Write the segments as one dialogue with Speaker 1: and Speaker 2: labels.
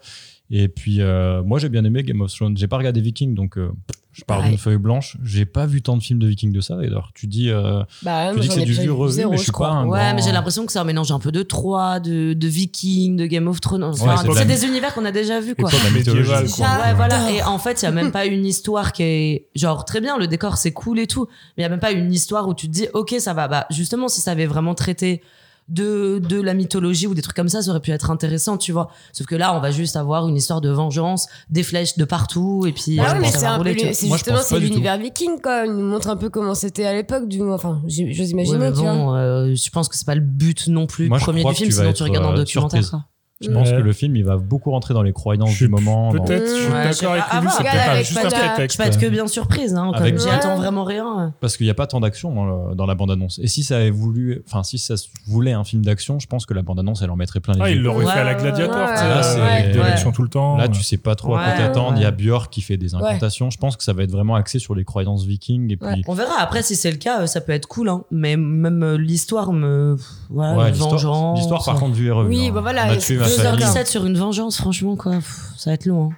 Speaker 1: Et puis, euh, moi, j'ai bien aimé Game of Thrones. J'ai pas regardé Vikings, donc euh, je pars d'une
Speaker 2: Pareil.
Speaker 1: feuille blanche. J'ai pas vu tant de films de Vikings de ça. Et alors, tu dis, euh,
Speaker 3: Bah,
Speaker 1: tu
Speaker 3: moi,
Speaker 1: dis que
Speaker 3: j'en
Speaker 1: c'est
Speaker 3: ai
Speaker 1: du
Speaker 3: déjà
Speaker 1: vieux
Speaker 3: vu
Speaker 1: revu,
Speaker 3: zéro,
Speaker 1: mais je suis pas un
Speaker 2: Ouais,
Speaker 1: grand-
Speaker 2: mais j'ai l'impression que c'est un mélange un peu de Troie, de, de Vikings, de Game of Thrones. Enfin,
Speaker 1: Ouais, c'est de la-
Speaker 2: c'est des univers qu'on a déjà vus,
Speaker 1: Et
Speaker 2: quoi.
Speaker 1: toi, la mythologie.
Speaker 4: Médiéval,
Speaker 1: c'est-
Speaker 4: quoi.
Speaker 3: Ah,
Speaker 2: Ouais, voilà. Et en fait, il n'y a même pas une histoire qui est. Genre, très bien, le décor, c'est cool et tout. Mais il n'y a même pas une histoire où tu te dis, OK, ça va. Bah, justement, si ça avait vraiment traité de, de la mythologie ou des trucs comme ça, ça aurait pu être intéressant, tu vois. Sauf que là, on va juste avoir une histoire de vengeance, des flèches de partout, et puis. euh,
Speaker 3: Ah
Speaker 1: Moi,
Speaker 3: ouais,
Speaker 1: je
Speaker 3: mais
Speaker 1: pense-
Speaker 3: c'est un peu
Speaker 2: rouler, tu
Speaker 3: le-
Speaker 2: vois.
Speaker 3: c'est
Speaker 1: Moi, je
Speaker 3: justement
Speaker 1: pense pas
Speaker 3: c'est
Speaker 1: du tout.
Speaker 3: l'univers viking quoi. Il nous montre un peu comment c'était à l'époque du moins. Enfin, j'ai- j'ose
Speaker 2: Ouais,
Speaker 3: imaginer.
Speaker 2: mais
Speaker 3: tu vois.
Speaker 2: bon, euh, je pense que c'est pas le but non plus
Speaker 1: Moi, je
Speaker 2: premier
Speaker 1: crois
Speaker 2: du
Speaker 1: que
Speaker 2: film,
Speaker 1: tu vas
Speaker 2: sinon tu
Speaker 1: être,
Speaker 2: regardes un
Speaker 1: euh,
Speaker 2: documentaire.
Speaker 1: surprise. Je pense
Speaker 4: Ouais.
Speaker 1: que le film, il va beaucoup rentrer dans les croyances du moment. dans-
Speaker 4: Peut-être, je suis
Speaker 2: Ouais, je sais
Speaker 4: d'accord
Speaker 2: pas.
Speaker 4: avec
Speaker 2: Ah,
Speaker 4: Lulu, ça peut
Speaker 3: regarde
Speaker 4: être
Speaker 3: avec
Speaker 4: juste un
Speaker 3: Panda.
Speaker 2: Je
Speaker 4: prétexte.
Speaker 2: peux être que bien surprise, hein, comme
Speaker 1: Avec-
Speaker 2: j'y
Speaker 3: Ouais.
Speaker 2: attends vraiment rien.
Speaker 1: parce qu'il n'y a pas tant d'action dans, le- dans la bande-annonce. Et si ça avait voulu, enfin si ça se voulait un film d'action, je pense que la bande-annonce elle en mettrait plein les
Speaker 4: Ah,
Speaker 1: yeux.
Speaker 4: il l'aurait
Speaker 2: Ouais,
Speaker 4: fait à la
Speaker 2: ouais,
Speaker 4: gladiateur,
Speaker 3: ouais,
Speaker 4: tu sais,
Speaker 1: ouais,
Speaker 4: euh,
Speaker 1: ouais.
Speaker 4: avec de
Speaker 1: Ouais.
Speaker 4: l'action tout le temps.
Speaker 1: Là, tu sais pas trop à quoi
Speaker 2: Ouais,
Speaker 1: t'attendre.
Speaker 2: ouais.
Speaker 1: Il y a Björk qui fait des incantations. Je pense que ça va être vraiment axé sur les croyances vikings. Et puis,
Speaker 2: On verra après si c'est le cas, euh, ça peut être cool, hein. mais même euh, l'histoire me. Voilà,
Speaker 1: Ouais,
Speaker 2: une
Speaker 1: l'histoire,
Speaker 2: Ah, vengeance.
Speaker 1: l'histoire, par contre, vue et revue.
Speaker 3: Oui,
Speaker 1: hein.
Speaker 3: bah voilà,
Speaker 1: On a tué ma
Speaker 3: deux heures
Speaker 1: famille.
Speaker 3: dix-sept.
Speaker 2: 2h17 sur une vengeance, franchement, quoi, pff, ça va être long. hein.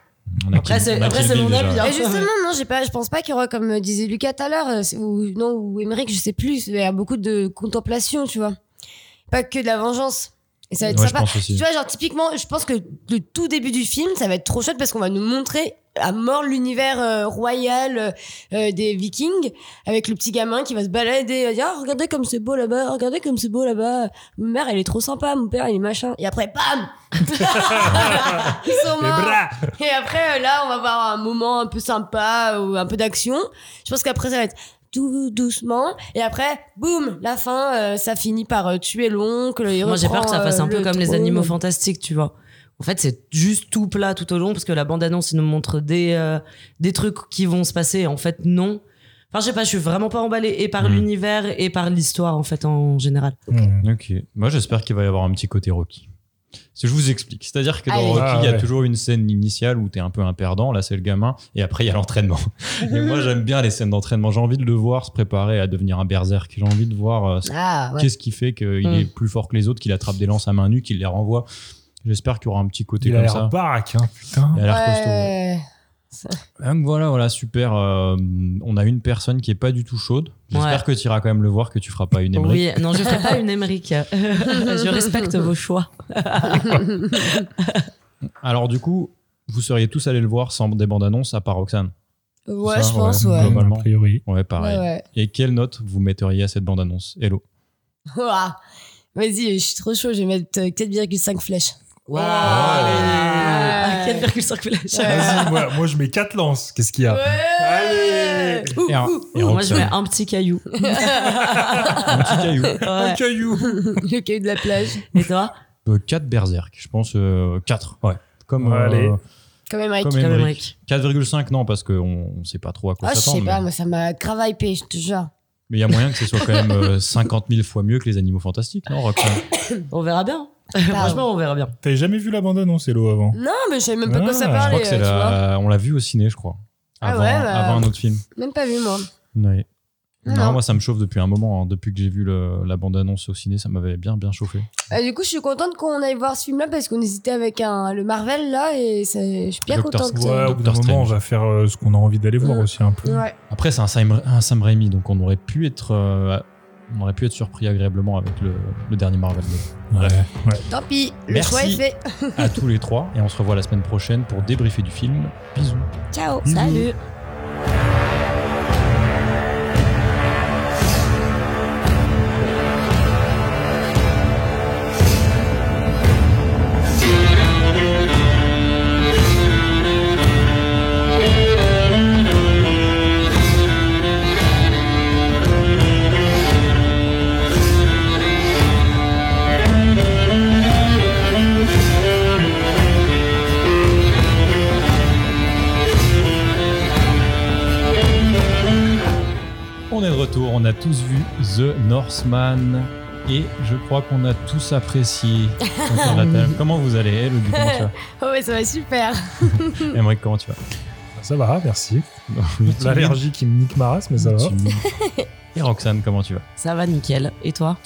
Speaker 1: On a
Speaker 2: Après,
Speaker 1: Kill-
Speaker 2: c'est-
Speaker 1: on a
Speaker 2: après,
Speaker 1: Kill
Speaker 2: c'est
Speaker 1: Bill
Speaker 2: mon
Speaker 1: déjà.
Speaker 2: avis, hein.
Speaker 3: Et justement, non, j'ai pas, je pense pas qu'il y aura, comme disait Lucas tout à l'heure, euh, c'est- ou non, ou Émeric, je sais plus, il y a beaucoup de contemplation, tu vois. Pas que de la vengeance. Et ça va être
Speaker 1: Ouais, je
Speaker 3: sympa.
Speaker 1: pense aussi.
Speaker 3: Tu vois, genre, typiquement, je pense que le tout début du film, ça va être trop chouette parce qu'on va nous montrer à mort l'univers euh, royal euh, euh, des Vikings avec le petit gamin qui va se balader à dire Ah, regardez comme c'est beau là-bas regardez comme c'est beau là-bas ma mère elle est trop sympa mon père il est machin et après bam ils sont
Speaker 4: Les
Speaker 3: morts
Speaker 4: bras
Speaker 3: et après, euh, là, on va avoir un moment un peu sympa ou un peu d'action. Je pense qu'après, ça va être tout doucement. Et après, boum, la fin, euh, ça finit par euh, tuer l'oncle. il
Speaker 2: Moi, j'ai peur
Speaker 3: reprend,
Speaker 2: que ça fasse un
Speaker 3: euh,
Speaker 2: peu
Speaker 3: le
Speaker 2: comme les
Speaker 3: trône.
Speaker 2: animaux fantastiques, tu vois. En fait, c'est juste tout plat tout au long parce que la bande-annonce, ils nous montre des, euh, des trucs qui vont se passer. En fait, non. Enfin, je sais pas, je suis vraiment pas emballée et par
Speaker 1: Mm.
Speaker 2: l'univers et par l'histoire, en fait, en général.
Speaker 4: Mmh.
Speaker 1: Ok. Moi, j'espère qu'il va y avoir un petit côté Rocky. Parce que je vous explique. C'est-à-dire que dans
Speaker 3: Allez.
Speaker 1: Rocky,
Speaker 4: Ah,
Speaker 1: il y a
Speaker 4: ouais.
Speaker 1: toujours une scène initiale où t'es un peu un perdant. Là, c'est le gamin. Et après, il y a l'entraînement. Et moi, j'aime bien les scènes d'entraînement. J'ai envie de le voir se préparer à devenir un berserk. J'ai envie de voir euh, ce-
Speaker 3: Ah, ouais. Hmm.
Speaker 1: qu'est-ce qui fait qu'il
Speaker 2: Mm.
Speaker 1: est plus fort que les autres, qu'il attrape des lances à main nue, qu'il les renvoie. J'espère qu'il y aura un petit côté
Speaker 4: Il a
Speaker 1: comme
Speaker 4: l'air
Speaker 1: ça.
Speaker 4: baraque, hein, putain.
Speaker 1: Il a l'air costaud. ouais.
Speaker 3: Ouais.
Speaker 1: Donc voilà, voilà, super. euh, on a une personne qui est pas du tout chaude. J'espère
Speaker 2: Ouais.
Speaker 1: que tu iras quand même le voir, que tu feras pas une émerie.
Speaker 2: Oui, non, je ferai pas une Émeric. je respecte vos choix.
Speaker 1: Alors du coup, vous seriez tous allés le voir sans des bandes annonces à part Roxane.
Speaker 3: Ouais,
Speaker 1: Ça,
Speaker 3: je pense,
Speaker 1: ouais.
Speaker 3: ouais.
Speaker 4: Globalement. A priori.
Speaker 1: Ouais,
Speaker 3: Ouais,
Speaker 1: pareil.
Speaker 3: ouais.
Speaker 1: Et quelle note vous metteriez à cette bande annonce Hello.
Speaker 3: Ouah. Ah, Vas-y, je suis trop chaud, je vais mettre euh, 4,5 flèches.
Speaker 2: Waouh!
Speaker 1: Ah.
Speaker 2: Ah,
Speaker 3: Allez.
Speaker 2: 4,5 flèches.
Speaker 3: Ouais.
Speaker 4: Vas-y, moi, moi, je mets 4 lances. Qu'est-ce qu'il y
Speaker 1: Ah.
Speaker 4: a Allez
Speaker 3: Ouh,
Speaker 1: Et un-
Speaker 3: ouh,
Speaker 1: et
Speaker 2: Moi, je
Speaker 1: Roxane.
Speaker 2: mets un petit caillou.
Speaker 1: Un petit caillou.
Speaker 4: Un caillou
Speaker 3: Le caillou de la plage.
Speaker 2: Et toi?
Speaker 1: 4 berserk, Euh, je pense 4. Ouais. Comme,
Speaker 4: Ouais, allez.
Speaker 1: euh,
Speaker 3: Quand même, Mike.
Speaker 1: comme
Speaker 2: Comme
Speaker 1: Emmerich. 4,5 non parce qu'on ne sait pas trop à quoi
Speaker 3: Ah, je sais
Speaker 1: s'attendre.
Speaker 3: pas,
Speaker 1: mais-
Speaker 3: moi, ça m'a grave hypé, je te jure.
Speaker 1: Mais il y a moyen que ce soit quand même euh, 50 000 fois mieux que les animaux fantastiques, non Roxane
Speaker 2: On verra bien. Franchement, on verra bien.
Speaker 4: T'avais jamais vu la bande-annonce, Hello, avant
Speaker 3: Non, mais je savais même pas de quoi ça
Speaker 4: Ah, je
Speaker 1: Je
Speaker 3: parlait,
Speaker 1: crois que c'est
Speaker 3: euh, tu vois.
Speaker 1: la... On l'a vu au ciné, je crois.
Speaker 3: Ah
Speaker 1: Avant,
Speaker 3: ouais, bah.
Speaker 1: avant un autre film.
Speaker 3: Même pas vu, moi.
Speaker 1: Ouais.
Speaker 3: Non,
Speaker 1: Non,
Speaker 3: non.
Speaker 1: moi ça me chauffe depuis un moment. hein. Depuis que j'ai vu le- la bande-annonce au ciné, ça m'avait bien bien chauffé.
Speaker 3: Euh, du coup, je suis contente qu'on aille voir ce film-là parce qu'on hésitait avec un, le Marvel là et ça- je suis bien
Speaker 1: Doctor
Speaker 3: contente.
Speaker 1: Strange.
Speaker 4: Ouais, au bout d'un
Speaker 1: Doctor
Speaker 4: moment, on
Speaker 1: Strange.
Speaker 4: va faire euh, ce qu'on a envie d'aller voir
Speaker 3: Mm.
Speaker 4: aussi un peu.
Speaker 3: Ouais.
Speaker 1: Après, c'est un Sam, un Sam Raimi, donc on aurait pu être, euh, on aurait pu être surpris agréablement avec le, le dernier Marvel.
Speaker 4: Ouais. Ouais.
Speaker 3: Tant pis, le
Speaker 1: Merci.
Speaker 3: choix est fait.
Speaker 1: à tous les trois, et on se revoit la semaine prochaine pour débriefer du film. Bisous.
Speaker 3: Ciao.
Speaker 2: Salut!
Speaker 1: On est de retour. On a tous vu The Northman, et je crois qu'on a tous apprécié. autour de la table. comment vous allez, Elle, Ludu, comment tu vas
Speaker 3: Oh, ouais, ça va super.
Speaker 1: Aymeric, comment tu vas
Speaker 4: Ça va, merci. L'allergie qui me nique ma race, mais ça va.
Speaker 1: Et Roxane, comment tu vas
Speaker 2: Ça va nickel. Et toi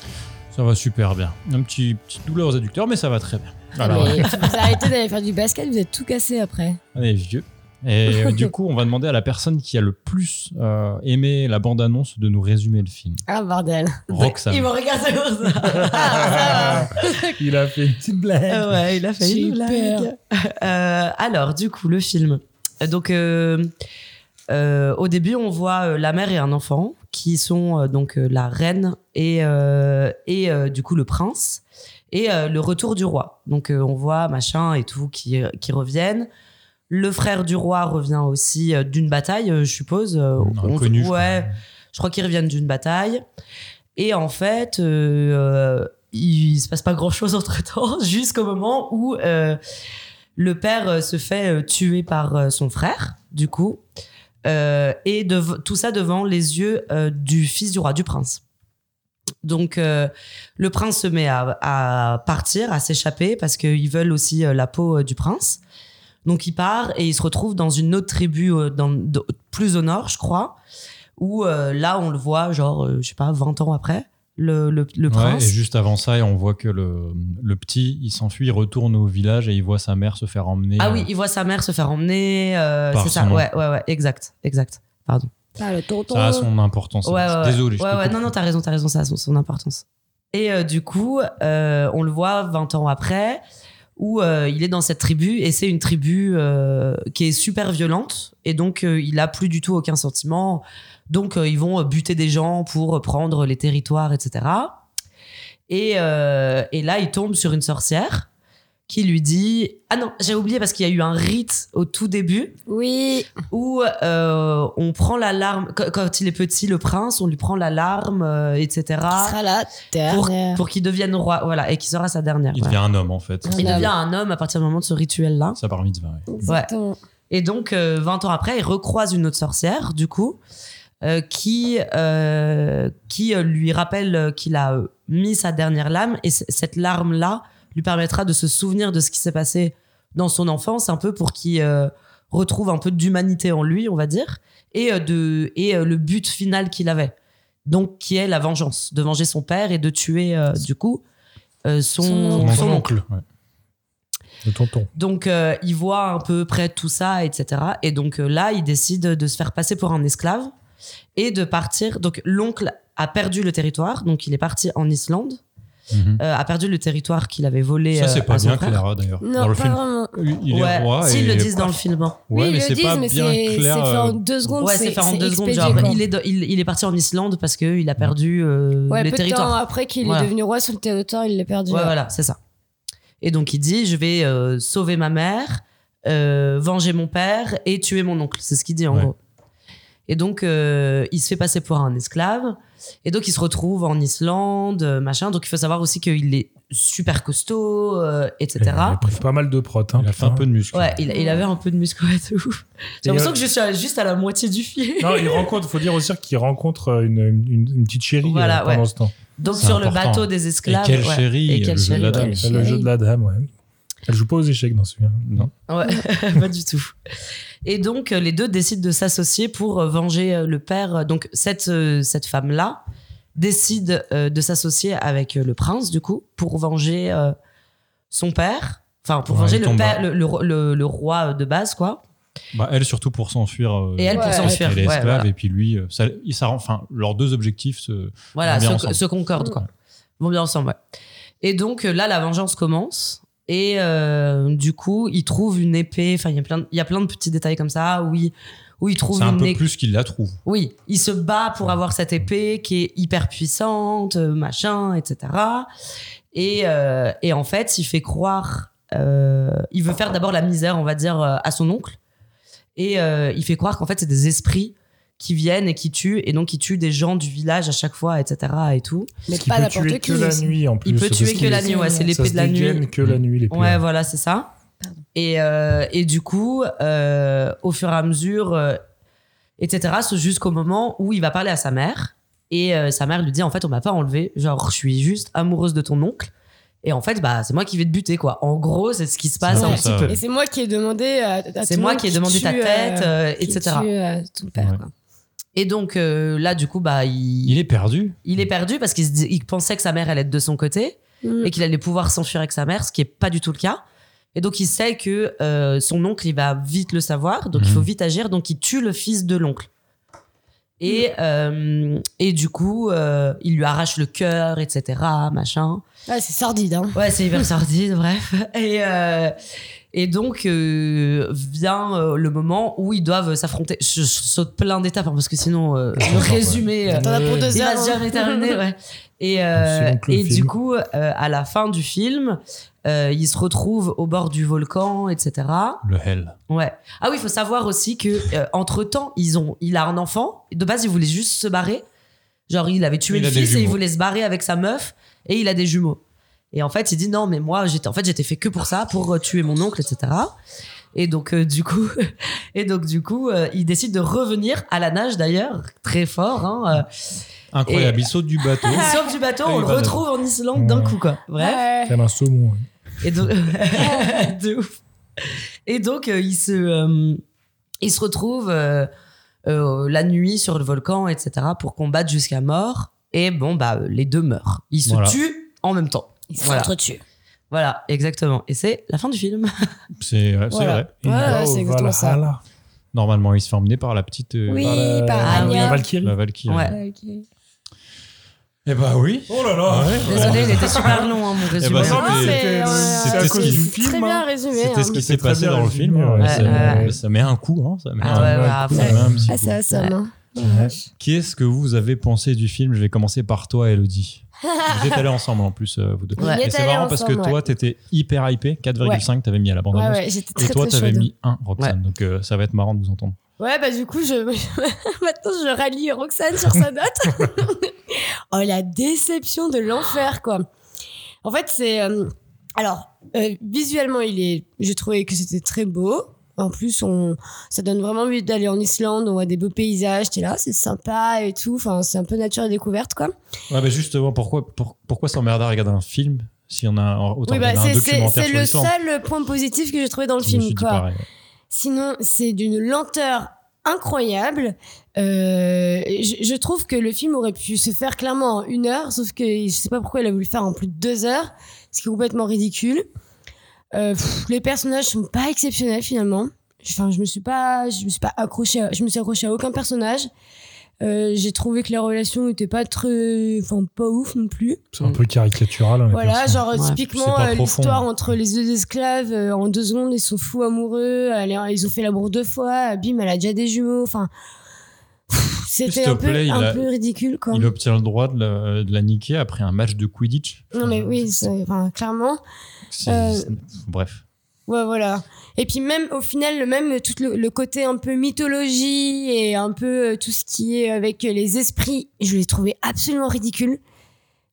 Speaker 1: Ça va super bien. Un petit petite douleur aux adducteurs, mais ça va très bien. Voilà, voilà.
Speaker 3: Mais vous arrêtez d'aller faire du basket, vous êtes tout cassé après.
Speaker 1: On est vieux. Et euh, du coup, on va demander à la personne qui a le plus euh, aimé la bande-annonce de nous résumer le film.
Speaker 3: Ah bordel.
Speaker 1: Roxane.
Speaker 2: me regarde comme ça.
Speaker 4: Il a fait une petite blague.
Speaker 2: Euh, ouais, il a fait une
Speaker 3: Super.
Speaker 2: blague. Euh, alors, du coup, le film. Euh, Donc, euh, euh, au début, on voit euh, la mère et un enfant qui sont euh, donc euh, la reine et, euh, et euh, du coup le prince et euh, le retour du roi. Donc, euh, on voit machin et tout qui, euh, qui reviennent. Le frère du roi revient aussi euh, d'une bataille, euh, je suppose. euh, on-
Speaker 1: Mmh, Inconnu, je crois.
Speaker 2: ouais, je crois qu'ils reviennent d'une bataille. Et en fait, euh, euh, il, se passe pas grand chose entre temps, jusqu'au moment où euh, le père euh, se fait euh, tuer par euh, son frère, du coup. Euh, et dev- tout ça devant les yeux euh, du fils du roi, du prince. Donc, euh, le prince se met à, à partir, à s'échapper, parce qu'ils veulent aussi euh, la peau euh, du prince. Donc, il part et il se retrouve dans une autre tribu, euh, dans, d- plus au nord, je crois, où euh, là, on le voit, genre, euh, je sais pas, 20 ans après, le, le, le
Speaker 1: Ouais,
Speaker 2: prince.
Speaker 1: et juste avant ça, on voit que le, le petit, il s'enfuit, il retourne au village et il voit sa mère se faire emmener.
Speaker 2: Ah
Speaker 1: euh,
Speaker 2: oui, il voit sa mère se faire emmener. euh,
Speaker 1: Par
Speaker 2: c'est ça,
Speaker 1: son
Speaker 2: ouais, ouais, ouais, exact, exact. Pardon.
Speaker 3: Ah le tonton.
Speaker 1: Ça a son importance.
Speaker 2: Ouais, ouais, ouais.
Speaker 1: Désolé. je
Speaker 2: Ouais,
Speaker 1: te
Speaker 2: ouais,
Speaker 1: coupe.
Speaker 2: non, non, t'as raison, t'as raison, ça a son, son importance. Et euh, du coup, euh, on le voit 20 ans après, où euh, il est dans cette tribu et c'est une tribu euh, qui est super violente et donc euh, il a plus du tout aucun sentiment. Donc euh, ils vont euh, buter des gens pour euh, prendre les territoires, etc. Et, euh, et là, il tombe sur une sorcière qui lui dit ah non j'ai oublié parce qu'il y a eu un rite au tout début
Speaker 5: Oui.
Speaker 2: où euh, on prend la larme quand, quand il est petit le prince on lui prend la larme euh, etc
Speaker 3: Ah.
Speaker 5: Qui sera la
Speaker 2: pour,
Speaker 5: dernière.
Speaker 2: pour qu'il devienne roi voilà et qui sera sa dernière
Speaker 1: Il
Speaker 2: voilà.
Speaker 1: devient un homme, en fait.
Speaker 2: il
Speaker 5: un
Speaker 2: devient un homme à partir du moment de ce rituel là
Speaker 1: Ça par mitzvah. ouais.
Speaker 5: Exactement.
Speaker 2: et donc, euh, 20 ans après, il recroise une autre sorcière, du coup, euh, qui, euh, qui euh, lui rappelle euh, qu'il a euh, mis sa dernière lame. Et c- cette larme-là lui permettra de se souvenir de ce qui s'est passé dans son enfance, un peu pour qu'il euh, retrouve un peu d'humanité en lui, on va dire, et, euh, de, et euh, le but final qu'il avait. Donc, qui est la vengeance, de venger son père et de tuer, euh, du coup, euh, son,
Speaker 5: Son
Speaker 2: son oncle.
Speaker 1: Ouais.
Speaker 4: Le tonton.
Speaker 2: Donc, euh, il voit un peu près tout ça, etc. Et donc euh, là, il décide de se faire passer pour un esclave et de partir. Donc, l'oncle a perdu le territoire, donc il est parti en Islande,
Speaker 1: Mhm.
Speaker 2: euh, a perdu le territoire qu'il avait volé.
Speaker 1: Ça, c'est
Speaker 2: euh,
Speaker 1: pas
Speaker 2: à son
Speaker 1: bien,
Speaker 2: frère.
Speaker 1: Clara, d'ailleurs.
Speaker 5: Non,
Speaker 1: Dans le
Speaker 5: pas
Speaker 1: film,
Speaker 5: vraiment.
Speaker 1: il est
Speaker 2: ouais,
Speaker 1: roi.
Speaker 2: s'ils
Speaker 1: et-
Speaker 2: le disent dans le film. hein.
Speaker 5: oui,
Speaker 1: Ouais, mais
Speaker 5: ils le
Speaker 1: c'est pas
Speaker 5: disent, mais
Speaker 1: bien
Speaker 5: c'est
Speaker 1: clair.
Speaker 5: c'est fait en
Speaker 1: euh,
Speaker 5: deux secondes.
Speaker 2: Ouais, c'est fait en deux secondes.
Speaker 5: expédié,
Speaker 2: genre,
Speaker 5: quoi.
Speaker 2: il, est, dans- il, il est parti en Islande parce qu'il a perdu euh,
Speaker 3: Ouais,
Speaker 2: le
Speaker 3: peu de temps
Speaker 2: territoire.
Speaker 3: après qu'il
Speaker 2: Voilà.
Speaker 3: est devenu roi sur le territoire, il l'a perdu.
Speaker 2: Ouais, voilà, c'est ça. Et donc il dit, je vais euh, sauver ma mère, euh, venger mon père et tuer mon oncle. C'est ce qu'il dit en
Speaker 1: Ouais.
Speaker 2: gros. Et donc euh, il se fait passer pour un esclave. Et donc il se retrouve en Islande, euh, machin. Donc il faut savoir aussi qu'il est super costaud, euh,
Speaker 4: Il
Speaker 2: etc.
Speaker 4: a pris pas mal de protes. Hein,
Speaker 1: Il a fait un
Speaker 4: putain.
Speaker 1: peu de muscle.
Speaker 2: Ouais, il, il avait un peu de muscle ouais, de ouf. J'ai l'impression
Speaker 1: euh,
Speaker 4: Et,
Speaker 2: que je suis à- juste à la moitié du film.
Speaker 4: Non, il rencontre, faut dire aussi qu'il rencontre euh, une, une- une petite chérie
Speaker 2: Voilà,
Speaker 4: euh, pendant
Speaker 2: ouais.
Speaker 4: ce temps.
Speaker 2: Donc
Speaker 1: C'est
Speaker 2: sur le
Speaker 1: important.
Speaker 2: bateau des
Speaker 1: Et euh,
Speaker 2: esclaves.
Speaker 1: quel
Speaker 2: ouais.
Speaker 1: chéri,
Speaker 2: Et
Speaker 1: le
Speaker 2: quel
Speaker 1: jeu de
Speaker 2: chéri,
Speaker 1: la
Speaker 2: ouais.
Speaker 1: dame.
Speaker 4: C'est le jeu de la dame, ouais. Elle joue pas aux échecs dans hein. celui-là.
Speaker 1: Non.
Speaker 2: Ouais, pas du tout. Et donc, euh, les deux décident de s'associer pour euh, venger euh, le père. Donc, cette, euh, cette femme-là décide euh, de s'associer avec euh, le prince, du coup, pour venger euh, son père. Enfin, pour
Speaker 1: Ouais,
Speaker 2: venger
Speaker 1: il
Speaker 2: le,
Speaker 1: tombe
Speaker 2: père, le, le ro- le- le roi euh, de base, quoi.
Speaker 1: Bah, elle surtout pour s'enfuir. euh,
Speaker 2: Et elle pour
Speaker 1: parce
Speaker 2: s'enfuir,
Speaker 1: qu'elle est
Speaker 2: ouais,
Speaker 1: esclave
Speaker 2: voilà.
Speaker 1: et puis lui, euh, ça, il, ça, enfin, leurs deux objectifs. euh, se-
Speaker 2: Voilà,
Speaker 1: Ils vont bien
Speaker 2: se,
Speaker 1: ensemble.
Speaker 2: se concordent, quoi. Ils vont bien ensemble, ouais. Et donc, euh, là, la vengeance commence. Et euh, du coup, il trouve une épée. Enfin, il y a plein de- il y a plein de petits détails comme ça où il, où il trouve
Speaker 1: C'est un
Speaker 2: une
Speaker 1: peu
Speaker 2: épée.
Speaker 1: plus qu'il la trouve.
Speaker 2: Oui, il se bat pour avoir cette épée qui est hyper puissante, euh, machin, etc. Et, euh, et en fait, il fait croire, euh, il veut faire d'abord la misère, on va dire, euh, à son oncle. Et euh, il fait croire qu'en fait, c'est des esprits qui viennent et qui tuent, et donc qui tuent des gens du village à chaque fois, etc. Et tout.
Speaker 5: Mais
Speaker 4: Parce qu'il
Speaker 5: pas
Speaker 4: peut
Speaker 5: n'importe
Speaker 4: tuer
Speaker 5: qui.
Speaker 4: que la
Speaker 5: aussi.
Speaker 4: nuit en plus.
Speaker 2: Il peut
Speaker 4: parce
Speaker 2: tuer
Speaker 4: qu'il
Speaker 2: que la
Speaker 4: est-
Speaker 2: nuit, ouais, c'est
Speaker 4: ça
Speaker 2: l'épée
Speaker 4: se
Speaker 2: de la
Speaker 4: dégaine
Speaker 2: nuit.
Speaker 4: que la nuit, l'épée.
Speaker 2: Ouais, voilà, c'est ça.
Speaker 5: Pardon.
Speaker 2: Et, euh, et du coup, euh, au fur et à mesure, euh, etc., c'est jusqu'au moment où il va parler à sa mère. Et euh, sa mère lui dit, en fait, on m'a pas enlevé. Genre, je suis juste amoureuse de ton oncle. Et en fait, bah, c'est moi qui vais te buter, quoi. En gros, c'est ce qui se passe
Speaker 1: C'est
Speaker 2: un
Speaker 1: comme
Speaker 2: petit
Speaker 1: ça.
Speaker 2: peu.
Speaker 3: Et c'est moi qui ai demandé euh, à, à tout
Speaker 2: C'est
Speaker 3: le
Speaker 2: moi
Speaker 3: monde
Speaker 2: qui ai demandé ta
Speaker 3: tue, euh,
Speaker 2: tête, euh,
Speaker 3: qui
Speaker 2: etc.
Speaker 3: tue, euh, ton père.
Speaker 1: Ouais.
Speaker 3: quoi.
Speaker 2: Et donc, euh, là, du coup, bah, il,
Speaker 1: Il est perdu.
Speaker 2: il est perdu parce qu'il se dit- il pensait que sa mère allait être de son côté.
Speaker 5: Mm.
Speaker 2: et qu'il allait pouvoir s'enfuir avec sa mère, ce qui est pas du tout le cas. Et donc il sait que euh, son oncle, il va vite le savoir, donc il
Speaker 1: Mhm.
Speaker 2: faut vite agir, donc il tue le fils de l'oncle. Et, euh, et du coup, euh, il lui arrache le cœur, etc., machin.
Speaker 3: Ah,
Speaker 5: Ouais, c'est sordide, hein.
Speaker 2: Ouais, c'est hyper sordide, bref. Et, euh, et donc euh, vient euh, le moment où ils doivent s'affronter. Je, je saute plein d'étapes, hein, parce que sinon, euh, le
Speaker 1: Ouais.
Speaker 2: résumé... euh,
Speaker 5: T'en as pour
Speaker 4: Ouais.
Speaker 5: deux
Speaker 2: il
Speaker 5: heures.
Speaker 2: va se
Speaker 5: hein.
Speaker 2: jamais terminer, ouais. Et, euh,
Speaker 4: donc le
Speaker 2: et du
Speaker 4: film.
Speaker 2: coup, euh, à la fin du film, euh, ils se retrouvent au bord du volcan, etc.
Speaker 1: Le hell.
Speaker 2: Ouais. Ah oui, il faut savoir aussi que euh, entre temps, ils ont, il a un enfant. De base, il voulait juste se barrer. Genre, il avait tué
Speaker 1: Il
Speaker 2: le
Speaker 1: a des
Speaker 2: fils et il
Speaker 1: jumeaux.
Speaker 2: voulait se barrer avec sa meuf. Et il a des jumeaux. Et en fait, il dit non, mais moi, j'étais, en fait, j'étais fait que pour ça, pour euh, tuer mon oncle, etc. Et donc, euh, du coup, et donc, du coup, euh, il décide de revenir à la nage d'ailleurs, très fort. Hein, euh,
Speaker 1: Incroyable. Il saute du bateau.
Speaker 2: il saute du bateau,
Speaker 1: Et
Speaker 2: on
Speaker 1: il
Speaker 2: le
Speaker 1: va
Speaker 2: retrouve en Islande d'un
Speaker 4: Ouais.
Speaker 2: coup, quoi. Bref.
Speaker 3: Ouais.
Speaker 4: Comme un saumon. ouais.
Speaker 2: Et donc, de ouf. Et donc, euh, il se, euh, il se retrouve euh, euh, la nuit sur le volcan, etc., pour combattre jusqu'à mort. Et bon, bah, euh, les deux meurent. Ils se
Speaker 1: Voilà.
Speaker 2: tuent en même temps.
Speaker 5: Ils
Speaker 2: Voilà.
Speaker 5: s'entretuent.
Speaker 2: Voilà, exactement. Et c'est la fin du film.
Speaker 1: C'est ouais, c'est
Speaker 5: Voilà.
Speaker 1: vrai.
Speaker 4: Il
Speaker 5: Ouais,
Speaker 4: va
Speaker 5: c'est
Speaker 4: au
Speaker 5: exactement ça.
Speaker 4: Valhalla.
Speaker 1: Normalement, il se fait emmener par la petite. euh,
Speaker 5: Oui,
Speaker 4: Par la-
Speaker 5: par
Speaker 2: Ah oui.
Speaker 4: la
Speaker 5: Anya.
Speaker 4: Valkyrie.
Speaker 1: La Valkyrie.
Speaker 2: Ouais.
Speaker 3: Ouais, ok.
Speaker 1: Eh bah oui.
Speaker 4: Oh là là
Speaker 2: Désolé, il était super long, hein, mon
Speaker 4: Eh
Speaker 2: résumé.
Speaker 1: bah,
Speaker 4: ben,
Speaker 1: non,
Speaker 3: Non,
Speaker 1: mais
Speaker 3: mais,
Speaker 4: c'était-
Speaker 3: euh,
Speaker 4: c'était
Speaker 1: à cause
Speaker 3: c'est
Speaker 1: du
Speaker 4: film,
Speaker 3: Très bien
Speaker 4: hein.
Speaker 3: résumé.
Speaker 1: C'était
Speaker 3: hein.
Speaker 1: ce
Speaker 4: mais
Speaker 1: qui
Speaker 4: c'est
Speaker 1: s'est
Speaker 4: très
Speaker 1: passé
Speaker 4: bien
Speaker 1: dans le
Speaker 4: résumé,
Speaker 1: film.
Speaker 4: ouais.
Speaker 1: ouais,
Speaker 4: Ouais,
Speaker 1: ça,
Speaker 2: ouais.
Speaker 1: ça met un coup. Hein, ça met
Speaker 2: Ah
Speaker 1: un,
Speaker 2: ouais, ouais,
Speaker 1: un coup,
Speaker 2: après.
Speaker 1: ça met un petit
Speaker 3: Ah,
Speaker 1: coup.
Speaker 3: ça, ça,
Speaker 2: Ouais.
Speaker 3: hein.
Speaker 1: Qu'est-ce que vous avez pensé du film Je vais commencer par toi, Elodie. Vous êtes allés ensemble en plus, euh, vous deux.
Speaker 3: On y
Speaker 1: Et
Speaker 3: est
Speaker 1: c'est
Speaker 3: allés
Speaker 1: marrant parce que
Speaker 3: ensemble, ouais.
Speaker 1: toi, t'étais hyper hypé. 4,5, t'avais mis à la bande
Speaker 3: Ouais,
Speaker 1: annonce.
Speaker 3: ouais, j'étais
Speaker 1: Et
Speaker 3: très,
Speaker 1: toi,
Speaker 3: très
Speaker 1: t'avais
Speaker 3: chaude.
Speaker 1: mis 1, Roxane. Donc euh, ça va être marrant de vous entendre.
Speaker 3: Ouais, bah du coup, je... maintenant je rallie Roxane sur sa note. oh, la déception de l'enfer, quoi. En fait, c'est. euh, Alors, euh, visuellement, il est. J'ai trouvé que c'était très beau. En plus, on, ça donne vraiment envie d'aller en Islande. On voit des beaux paysages. T'es là, c'est sympa et tout. Enfin, c'est un peu nature et découverte, quoi.
Speaker 1: Ouais, bah justement, pourquoi, pour- pourquoi s'emmerder à regarder un film si on a autant
Speaker 3: oui, bah,
Speaker 1: regarder
Speaker 3: c'est,
Speaker 1: un
Speaker 3: c'est-
Speaker 1: documentaire
Speaker 3: c'est
Speaker 1: sur
Speaker 3: le
Speaker 1: l'histoire
Speaker 3: seul point positif que j'ai trouvé dans le
Speaker 1: Je me
Speaker 3: film,
Speaker 1: suis dit
Speaker 3: quoi.
Speaker 1: pareil.
Speaker 3: Sinon, c'est d'une lenteur incroyable. Euh, je, je trouve que le film aurait pu se faire clairement en une heure, sauf que je sais pas pourquoi il a voulu le faire en plus de deux heures, ce qui est complètement ridicule. Euh, pff, les personnages sont pas exceptionnels finalement. Enfin, je me suis pas, je me suis pas accrochée, à- je me suis accrochée à aucun personnage. Euh, j'ai trouvé que les relations étaient pas très, enfin pas ouf non plus.
Speaker 4: C'est un peu caricatural. hein, les
Speaker 3: Voilà,
Speaker 4: personnes.
Speaker 3: genre euh,
Speaker 2: Ouais.
Speaker 1: C'est
Speaker 3: typiquement
Speaker 1: pas
Speaker 3: euh,
Speaker 1: profond. hein.
Speaker 3: l'histoire entre les deux esclaves, euh, en deux secondes ils sont fous amoureux, elle est- ils ont fait l'amour deux fois, euh, bim elle a déjà des jumeaux, enfin pff,
Speaker 1: S'il
Speaker 3: c'était
Speaker 1: te
Speaker 3: un, peu,
Speaker 1: plaît, il
Speaker 3: un
Speaker 1: a-
Speaker 3: peu ridicule quoi.
Speaker 1: Il obtient le droit de la, de la niquer après un match de Quidditch.
Speaker 3: Non mais oui, c'est- enfin, clairement,
Speaker 1: C'est-
Speaker 3: euh,
Speaker 1: Bref.
Speaker 3: ouais voilà. Et puis même au final le même euh, tout le, le côté un peu mythologie et un peu euh, tout ce qui est avec euh, les esprits, je l'ai trouvé absolument ridicule.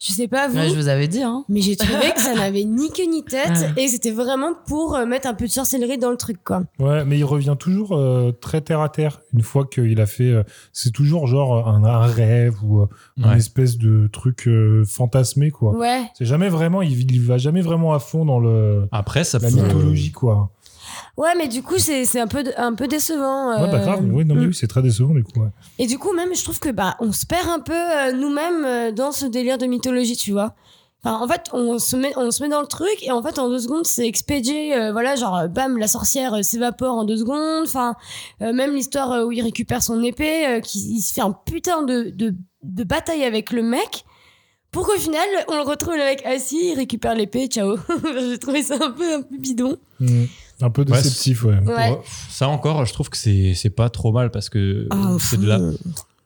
Speaker 3: Je sais pas vous.
Speaker 2: Ouais, je vous avais dit, hein.
Speaker 3: Mais j'ai trouvé que ça n'avait ni queue ni tête
Speaker 2: Ah.
Speaker 3: et que c'était vraiment pour euh, mettre un peu de sorcellerie dans le truc quoi.
Speaker 4: Ouais, mais il revient toujours euh, très terre à terre une fois qu'il a fait. euh, c'est toujours genre euh, un, un rêve ou euh, une
Speaker 1: Ouais.
Speaker 4: espèce de truc euh, fantasmé, quoi.
Speaker 3: Ouais.
Speaker 4: C'est jamais vraiment. Il, il va jamais vraiment à fond dans le,
Speaker 1: Après, ça euh,
Speaker 4: la
Speaker 1: peut-
Speaker 4: mythologie, quoi.
Speaker 3: Ouais, mais du coup, c'est c'est un peu, un peu décevant.
Speaker 4: Ouais, bah
Speaker 3: euh,
Speaker 4: grave. Oui, non, mais
Speaker 3: mm.
Speaker 4: oui, c'est très décevant, du coup. ouais.
Speaker 3: Et du coup, même, je trouve que bah, on se perd un peu euh, nous-mêmes euh, dans ce délire de mythologie, tu vois. Enfin, en fait, on se, met, on se met dans le truc et en fait, en deux secondes, c'est expédié. euh, voilà, genre, euh, bam, la sorcière euh, s'évapore en deux secondes. Enfin, euh, même l'histoire euh, où il récupère son épée, euh, qu'il il se fait un putain de, de, de bataille avec le mec. Pour qu'au final, on le retrouve avec assis, il récupère l'épée, ciao. J'ai trouvé ça un peu, un peu bidon.
Speaker 4: Mm. Un peu
Speaker 1: Ouais,
Speaker 4: déceptif, ouais.
Speaker 3: Ouais.
Speaker 1: Ouais. Ça encore, je trouve que c'est c'est pas trop mal parce que
Speaker 3: Ah,
Speaker 1: c'est de la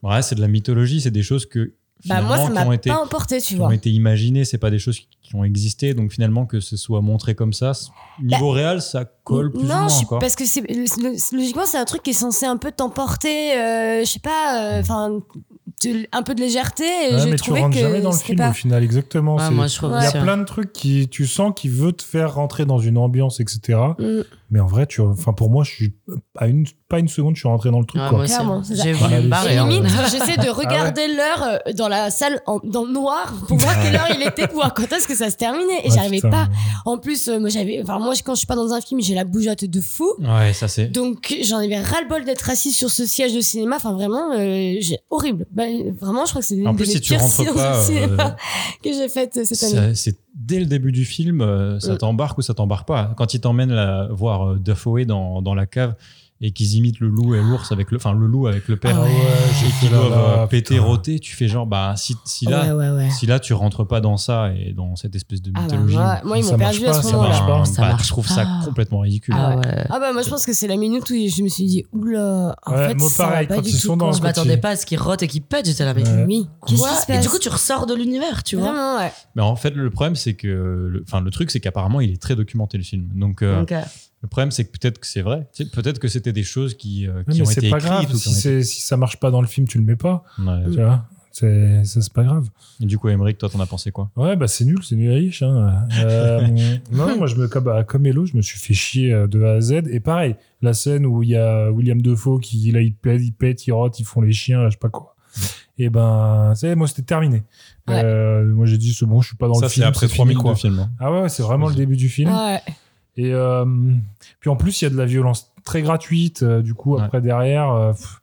Speaker 1: ouais, c'est de la mythologie, c'est des choses que
Speaker 3: Bah,
Speaker 1: finalement
Speaker 3: moi, ça
Speaker 1: qui ont
Speaker 3: m'a
Speaker 1: été
Speaker 3: pas emporté, tu
Speaker 1: qui ont
Speaker 3: vois.
Speaker 1: été imaginées, c'est pas des choses qui ont existé, donc finalement que ce soit montré comme ça, c- niveau réel, ça colle plus ou
Speaker 3: Bah, non,
Speaker 1: moins
Speaker 3: je suis-
Speaker 1: encore.
Speaker 3: parce que c'est le- logiquement c'est un truc qui est censé un peu t'emporter, euh, je sais pas, enfin un peu de légèreté. Et
Speaker 4: Ouais,
Speaker 3: j'ai
Speaker 4: mais tu
Speaker 3: trouvé
Speaker 4: rentres
Speaker 3: que
Speaker 4: jamais dans le
Speaker 3: c'était
Speaker 4: film
Speaker 3: pas.
Speaker 4: au final, exactement.
Speaker 2: Ouais,
Speaker 4: c'est-
Speaker 2: moi, je trouve
Speaker 4: Il y a
Speaker 2: aussi, hein. ouais.
Speaker 4: plein de trucs qui, tu sens qui veut te faire rentrer dans une ambiance, etc.
Speaker 3: Mm.
Speaker 4: Mais en vrai, tu, enfin, pour moi, je suis à une, pas une seconde, je suis rentré dans le truc.
Speaker 2: Ouais,
Speaker 4: quoi.
Speaker 2: moi aussi,
Speaker 3: Clairement,
Speaker 2: hein.
Speaker 3: c'est ça.
Speaker 2: J'ai
Speaker 4: Ouais,
Speaker 2: voulu me
Speaker 4: mais
Speaker 3: Et
Speaker 2: barrer. hein.
Speaker 3: limite, j'essaie
Speaker 4: Ah
Speaker 3: de regarder l'heure euh, dans la salle en- dans le noir pour voir quelle heure il était, pour voir quand est-ce que ça se terminait. Et
Speaker 4: Ouais,
Speaker 3: j'arrivais
Speaker 4: Ah, putain,
Speaker 3: pas.
Speaker 4: ouais.
Speaker 3: En plus, euh, moi j'avais, enfin moi je- quand je suis pas dans un film, j'ai la bougeotte de fou.
Speaker 1: Ouais, ça c'est.
Speaker 3: Donc j'en avais ras le bol d'être assis sur ce siège de cinéma. Enfin vraiment, euh, j'ai horrible. Bah, vraiment, je crois que c'est une
Speaker 1: En
Speaker 3: des
Speaker 1: plus, si tu
Speaker 3: pires
Speaker 1: rentres
Speaker 3: séances
Speaker 1: pas,
Speaker 3: de cinéma
Speaker 1: euh,
Speaker 3: que j'ai faites euh, cette année.
Speaker 1: ça- c'est dès le début du film, euh, ça
Speaker 3: Mm.
Speaker 1: t'embarque ou ça t'embarque pas. Quand il t'emmène la- voir euh, Dafoe dans, dans la cave et qu'ils imitent le loup et l'ours avec le, enfin le loup avec le père,
Speaker 4: Ah ouais, j'ai
Speaker 1: et qu'ils
Speaker 4: fait là,
Speaker 1: doivent
Speaker 4: là,
Speaker 1: euh, péter,
Speaker 4: putain.
Speaker 1: roter, tu fais genre bah si, si là,
Speaker 3: ouais, ouais, ouais.
Speaker 1: si là tu rentres pas dans ça et dans cette espèce de
Speaker 3: Ah bah,
Speaker 1: mythologie,
Speaker 3: moi, moi, ils
Speaker 4: Ça
Speaker 3: m'ont
Speaker 4: marche
Speaker 3: perdu
Speaker 4: pas,
Speaker 3: à ce
Speaker 4: ça
Speaker 1: ben,
Speaker 3: moment-là.
Speaker 4: marche pas.
Speaker 1: bah,
Speaker 2: Ça marche
Speaker 1: je trouve
Speaker 2: pas.
Speaker 1: ça complètement ridicule.
Speaker 2: Ah ouais.
Speaker 3: Ah bah moi je pense que c'est la minute où je me suis dit oula en
Speaker 4: Ouais,
Speaker 3: fait
Speaker 4: moi,
Speaker 3: ça
Speaker 4: pareil,
Speaker 3: va pas
Speaker 4: quand
Speaker 3: du
Speaker 4: ils
Speaker 3: tout
Speaker 4: sont dans
Speaker 3: quoi.
Speaker 2: Je
Speaker 4: Quand
Speaker 2: m'attendais
Speaker 4: il-
Speaker 2: pas à ce qu'il rote et qu'il pète. J'étais là, mais
Speaker 4: Ouais.
Speaker 3: oui qu'est-ce qui
Speaker 2: quoi
Speaker 3: se
Speaker 2: Et
Speaker 3: passe
Speaker 2: du coup, tu ressors de l'univers, tu vois.
Speaker 3: vraiment ouais
Speaker 1: Mais en fait, le problème, c'est que, le- enfin, le truc, c'est qu'apparemment, il est très documenté le film. Donc, euh,
Speaker 2: Donc, euh,
Speaker 1: le problème, c'est que peut-être que c'est vrai. Tu sais, peut-être que c'était des choses qui, euh,
Speaker 4: Ouais,
Speaker 1: qui
Speaker 4: mais
Speaker 1: ont
Speaker 4: c'est
Speaker 1: été
Speaker 4: pas
Speaker 1: écrites.
Speaker 4: grave.
Speaker 1: ou qui
Speaker 4: Si,
Speaker 1: ont été-
Speaker 4: c'est- si ça marche pas dans le film, tu le mets pas.
Speaker 1: Ouais.
Speaker 3: Mm.
Speaker 4: Tu vois c'est, ça, c'est pas grave.
Speaker 1: Et du coup, Emmerich, toi, t'en as pensé quoi
Speaker 4: Ouais, bah c'est nul, c'est nul à riche. hein. Euh, non, moi, je me, comme, bah, comme Hello, je me suis fait chier euh, de A à Z. Et pareil, la scène où il y a William Defoe qui, là, il pète, il pète, il rote, ils font les chiens, là, je sais pas quoi. Et ben, c'est moi, c'était terminé.
Speaker 3: Mm. Ouais.
Speaker 4: Euh, moi, j'ai dit, c'est bon, je suis pas dans
Speaker 1: Ça,
Speaker 4: le
Speaker 1: c'est
Speaker 4: film.
Speaker 1: après 3
Speaker 4: fini,
Speaker 1: minutes de
Speaker 4: quoi.
Speaker 1: film. hein.
Speaker 4: Ah ouais, ouais, c'est vraiment le
Speaker 1: Je me
Speaker 4: début du film.
Speaker 3: ouais
Speaker 4: Et euh, puis en plus, il y a de la violence très gratuite. euh, du coup,
Speaker 1: Ouais.
Speaker 4: après derrière, euh, pff,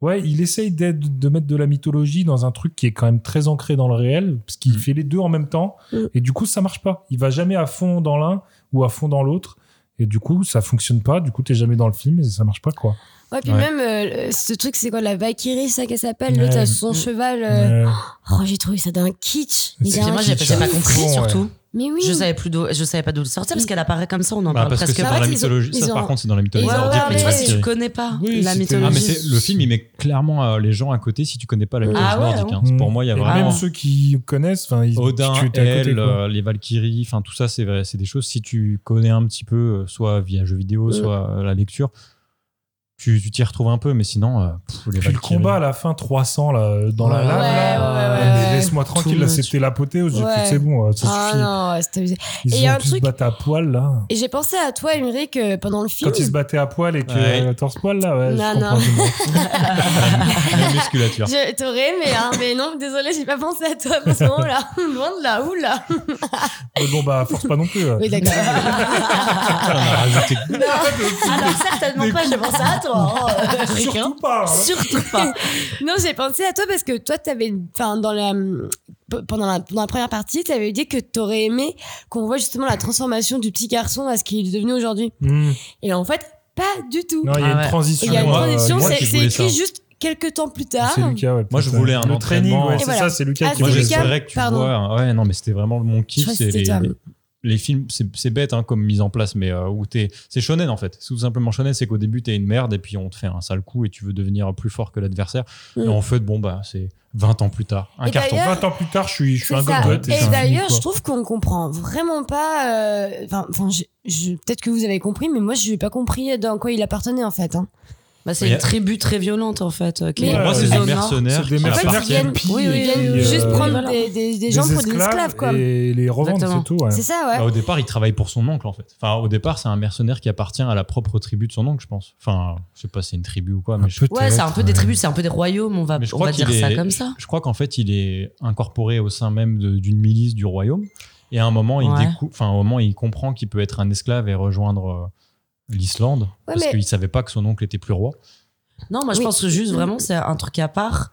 Speaker 4: ouais, il essaye d'être- de mettre de la mythologie dans un truc qui est quand même très ancré dans le réel, parce qu'il
Speaker 1: Mm.
Speaker 4: fait les deux en même temps.
Speaker 3: Mm.
Speaker 4: Et du coup, ça marche pas. Il va jamais à fond dans l'un ou à fond dans l'autre. Et du coup, ça fonctionne pas. Du coup, t'es jamais dans le film et ça marche pas, quoi.
Speaker 3: Ouais, puis
Speaker 4: Ouais.
Speaker 3: même euh, ce truc, c'est quoi la Valkyrie, ça qu'elle s'appelle
Speaker 4: Ouais.
Speaker 3: L'autre, elle a son cheval. euh,
Speaker 4: Euh,
Speaker 3: Oh, j'ai trouvé ça d'un kitsch. mais d'un
Speaker 2: Excusez-moi, j'ai
Speaker 4: petit
Speaker 2: j'ai pas
Speaker 4: chat.
Speaker 2: compris
Speaker 4: Bon,
Speaker 2: surtout.
Speaker 3: Mais oui.
Speaker 2: Je savais plus d'où, je savais pas d'où le sortir parce qu'elle apparaît comme ça. On en
Speaker 1: Bah,
Speaker 2: parle
Speaker 1: parce que
Speaker 2: presque
Speaker 1: c'est
Speaker 2: pas.
Speaker 1: dans la
Speaker 3: ils ont-
Speaker 1: mythologie.
Speaker 3: ils
Speaker 1: Ça,
Speaker 3: ont-
Speaker 1: par contre, c'est dans la mythologie
Speaker 3: ils ont
Speaker 1: nordique. mais
Speaker 3: parlé-
Speaker 2: Mais tu vois, si
Speaker 1: c'est-
Speaker 2: tu connais pas
Speaker 4: Oui,
Speaker 2: la
Speaker 4: c'était-
Speaker 1: Ah, mais
Speaker 2: mythologie.
Speaker 1: c'est- le film, il met clairement euh, les gens à côté si tu connais pas la mythologie
Speaker 2: Ah ouais,
Speaker 1: nordique. hein.
Speaker 4: hein.
Speaker 1: Pour moi, il y a
Speaker 4: et
Speaker 1: vraiment
Speaker 4: Même ceux qui connaissent, enfin, ils
Speaker 1: Odin,
Speaker 4: tu- t'es à côté,
Speaker 1: elle,
Speaker 4: quoi.
Speaker 1: euh, les Valkyries, enfin tout ça, c'est vrai, c'est des choses. Si tu connais un petit peu, euh, soit via jeux
Speaker 4: Mm.
Speaker 1: vidéo, soit euh, la lecture, tu tu t'y retrouves un peu. Mais sinon, euh, pff, les
Speaker 4: Puis le
Speaker 1: Valkyries-
Speaker 4: combat à la fin, 300 là, dans la
Speaker 1: Ouais.
Speaker 4: lave.
Speaker 3: Ouais,
Speaker 4: là, Ah,
Speaker 3: ouais, ouais,
Speaker 4: mais
Speaker 3: ouais.
Speaker 4: Laisse-moi
Speaker 2: Too
Speaker 4: tranquille, là,
Speaker 2: much.
Speaker 4: c'était l'apothéose. j'ai
Speaker 3: Ouais.
Speaker 4: fait, C'est bon, euh, ça
Speaker 3: Ah
Speaker 4: suffit.
Speaker 3: non, ouais, c'est abusé.
Speaker 4: Ils
Speaker 3: Et y a
Speaker 4: ont
Speaker 3: un
Speaker 4: tous
Speaker 3: truc-
Speaker 4: se battre à poil là.
Speaker 3: Et j'ai pensé à toi, Émeric, euh, pendant le film.
Speaker 4: Quand ils se battaient à poil et que
Speaker 1: Ouais.
Speaker 4: euh, torse poil là, ouais, je
Speaker 3: Non,
Speaker 4: comprends
Speaker 3: non.
Speaker 4: tout le monde.
Speaker 1: la musculature.
Speaker 3: Je- T'aurais aimé, hein, mais non, désolé, j'ai pas pensé à toi à ce moment-là. Loin de là, oula.
Speaker 4: Mais bon, bah, force pas non plus. euh.
Speaker 3: Oui, d'accord.
Speaker 4: Ah,
Speaker 1: Ça, on a rajouté-
Speaker 3: Ah,
Speaker 2: Alors certainement pas. Je pensais à toi.
Speaker 3: Oh,
Speaker 4: Surtout pas. hein.
Speaker 2: Surtout pas.
Speaker 3: non, j'ai pensé à toi parce que toi, t'avais, enfin, dans la, p- pendant la, pendant la première partie, t'avais dit que t'aurais aimé qu'on voit justement la transformation du petit garçon à ce qu'il est devenu aujourd'hui.
Speaker 4: Hmm.
Speaker 3: Et en fait, pas du tout.
Speaker 4: Non, il y
Speaker 2: Ah ouais.
Speaker 4: a une
Speaker 3: Et
Speaker 4: transition.
Speaker 3: il y a une
Speaker 1: moi,
Speaker 3: transition,
Speaker 1: euh, moi
Speaker 3: c'est
Speaker 1: qui
Speaker 3: c'est
Speaker 1: voulais
Speaker 3: écrit
Speaker 1: ça.
Speaker 3: juste quelques temps plus tard.
Speaker 4: C'est Lucas, ouais.
Speaker 1: Moi, je
Speaker 4: putain.
Speaker 1: voulais un
Speaker 4: Le training,
Speaker 1: entraînement.
Speaker 4: ouais,
Speaker 1: Et
Speaker 4: c'est
Speaker 3: voilà.
Speaker 4: ça, c'est Lucas
Speaker 3: Ah,
Speaker 4: qui
Speaker 1: Moi,
Speaker 3: c'est
Speaker 4: voulait
Speaker 1: j'ai-
Speaker 3: Lucas.
Speaker 1: c'est
Speaker 4: ça.
Speaker 1: vrai que tu
Speaker 3: pardon.
Speaker 1: vois. hein. Ouais, non, mais c'était vraiment mon
Speaker 3: Je
Speaker 1: kiff.
Speaker 3: crois que
Speaker 1: C'est
Speaker 3: c'était
Speaker 1: les,
Speaker 3: toi.
Speaker 1: les- les films, c'est c'est bête hein, comme mise en place, mais euh, où t'es. C'est shonen en fait. C'est tout simplement shonen, c'est qu'au début t'es une merde et puis on te fait un sale coup et tu veux devenir plus fort que l'adversaire.
Speaker 3: Mm.
Speaker 1: Et en fait, bon, bah, c'est 20 ans plus tard. Un
Speaker 3: Et
Speaker 1: carton.
Speaker 3: d'ailleurs,
Speaker 4: 20 ans plus tard, je suis, je suis un
Speaker 3: C'est ça.
Speaker 4: gogote.
Speaker 3: Et
Speaker 4: c'est un
Speaker 3: d'ailleurs,
Speaker 4: fini,
Speaker 3: je trouve qu'on comprend vraiment pas. euh, Enfin, enfin, je- je- peut-être que vous avez compris, mais moi, je n'ai pas compris dans quoi il appartenait en fait. hein.
Speaker 2: Bah, c'est
Speaker 1: Mais-
Speaker 2: une tribu très violente en fait. euh, qui
Speaker 3: Mais-
Speaker 2: est
Speaker 1: Pour moi,
Speaker 4: Ouais,
Speaker 1: c'est
Speaker 2: plus
Speaker 4: ouais.
Speaker 1: des
Speaker 2: au nord.
Speaker 1: mercenaires
Speaker 4: C'est
Speaker 1: qui
Speaker 4: des
Speaker 3: En fait,
Speaker 4: mercenaires
Speaker 3: ils
Speaker 1: appartiennent.
Speaker 3: viennent,
Speaker 4: puis,
Speaker 3: oui, oui, ils viennent
Speaker 4: euh,
Speaker 3: juste prendre
Speaker 4: voilà.
Speaker 3: des, des- des
Speaker 4: quoi.
Speaker 3: gens
Speaker 4: Des
Speaker 3: pour des esclaves, quoi.
Speaker 4: Et Ah les revendre,
Speaker 2: Exactement.
Speaker 4: c'est tout. ouais.
Speaker 3: C'est ça, ouais.
Speaker 1: Bah, au départ, il travaille pour son oncle en fait. Enfin, au départ, c'est un mercenaire qui appartient à la propre tribu de son oncle, je pense. Enfin, je sais pas, c'est une tribu ou quoi, mais je,
Speaker 2: Ouais, c'est un peu
Speaker 4: Peut-être,
Speaker 2: des
Speaker 4: ouais.
Speaker 2: tribus, c'est un peu des royaumes. On va,
Speaker 1: mais je
Speaker 2: on
Speaker 1: crois
Speaker 2: va
Speaker 1: qu'il
Speaker 2: dire ça
Speaker 1: est-
Speaker 2: comme
Speaker 1: je-
Speaker 2: ça.
Speaker 1: Je, crois qu'en fait, il est incorporé au sein même de- d'une milice du royaume. Et à un moment, il
Speaker 2: Ouais.
Speaker 1: décou- enfin, au moment, il comprend qu'il peut être un esclave et rejoindre euh, l'Islande parce
Speaker 3: mais-
Speaker 1: qu'il savait pas que son oncle était plus roi.
Speaker 2: Non, moi je
Speaker 3: Oui.
Speaker 2: pense que juste vraiment c'est un truc à part.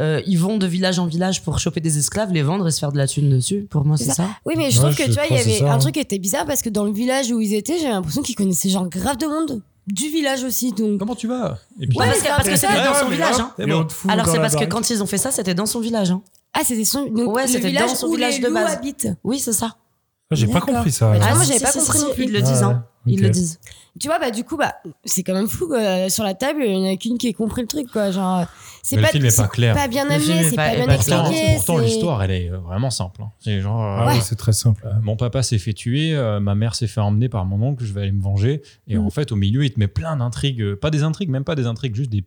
Speaker 2: Euh, ils vont de village en village pour choper des esclaves, les vendre et se faire de la thune dessus. Pour moi, c'est
Speaker 3: C'est
Speaker 2: ça.
Speaker 3: Oui, mais je
Speaker 4: Ouais,
Speaker 3: trouve que
Speaker 4: je
Speaker 3: tu vois, il y
Speaker 4: crois que c'est
Speaker 3: avait
Speaker 4: ça,
Speaker 3: un
Speaker 4: hein.
Speaker 3: truc qui était bizarre parce que dans le village où ils étaient, j'avais l'impression qu'ils connaissaient genre grave de monde. Du village aussi, donc.
Speaker 1: Comment tu vas Et puis,
Speaker 2: Ouais, parce
Speaker 3: c'est
Speaker 2: que, parce
Speaker 3: un
Speaker 2: que
Speaker 3: peu
Speaker 2: c'était
Speaker 3: ça.
Speaker 2: dans
Speaker 4: Ouais,
Speaker 2: son
Speaker 4: mais
Speaker 2: village.
Speaker 4: hop,
Speaker 2: hein.
Speaker 4: et on te fout
Speaker 2: Alors
Speaker 4: dans
Speaker 2: c'est
Speaker 4: la
Speaker 2: parce que
Speaker 4: baraque.
Speaker 2: quand ils ont fait ça, c'était dans son village. hein.
Speaker 3: Ah, c'était son, donc
Speaker 2: Ouais,
Speaker 3: le
Speaker 2: c'était
Speaker 3: village
Speaker 2: dans son
Speaker 3: où
Speaker 2: village
Speaker 3: les
Speaker 2: de
Speaker 3: loups
Speaker 2: base.
Speaker 3: habitent.
Speaker 2: Oui, c'est ça.
Speaker 4: Ah, J'ai pas
Speaker 3: D'accord.
Speaker 4: compris ça.
Speaker 3: Bah,
Speaker 4: Ouais.
Speaker 3: Ah, moi,
Speaker 2: si,
Speaker 3: j'avais
Speaker 2: si,
Speaker 3: pas
Speaker 2: si,
Speaker 3: compris
Speaker 2: si,
Speaker 3: non plus.
Speaker 2: Ils le disent. hein. Ils
Speaker 4: Ok.
Speaker 2: le disent.
Speaker 3: Tu vois, bah du coup, bah c'est quand même fou. quoi. Sur la table, il n'y en a qu'une qui ait compris le truc, quoi. Genre, euh, c'est
Speaker 1: Mais
Speaker 3: pas,
Speaker 1: le film est pas
Speaker 3: c'est
Speaker 1: clair.
Speaker 3: pas bien
Speaker 2: Le film
Speaker 3: amené,
Speaker 2: est
Speaker 3: c'est
Speaker 2: pas-
Speaker 3: pas,
Speaker 2: est
Speaker 3: bien
Speaker 2: pas
Speaker 1: Pourtant,
Speaker 2: clair.
Speaker 3: expliqué.
Speaker 1: pourtant,
Speaker 3: c'est-
Speaker 1: l'histoire, elle est euh, vraiment simple. hein. C'est genre. euh,
Speaker 4: Ah ouais, c'est très simple.
Speaker 1: Euh, mon papa s'est fait tuer, euh, ma mère s'est fait emmener par mon oncle, je vais aller me venger. Et en fait, au milieu, il te met plein d'intrigues, euh, pas des intrigues, même pas des intrigues, juste des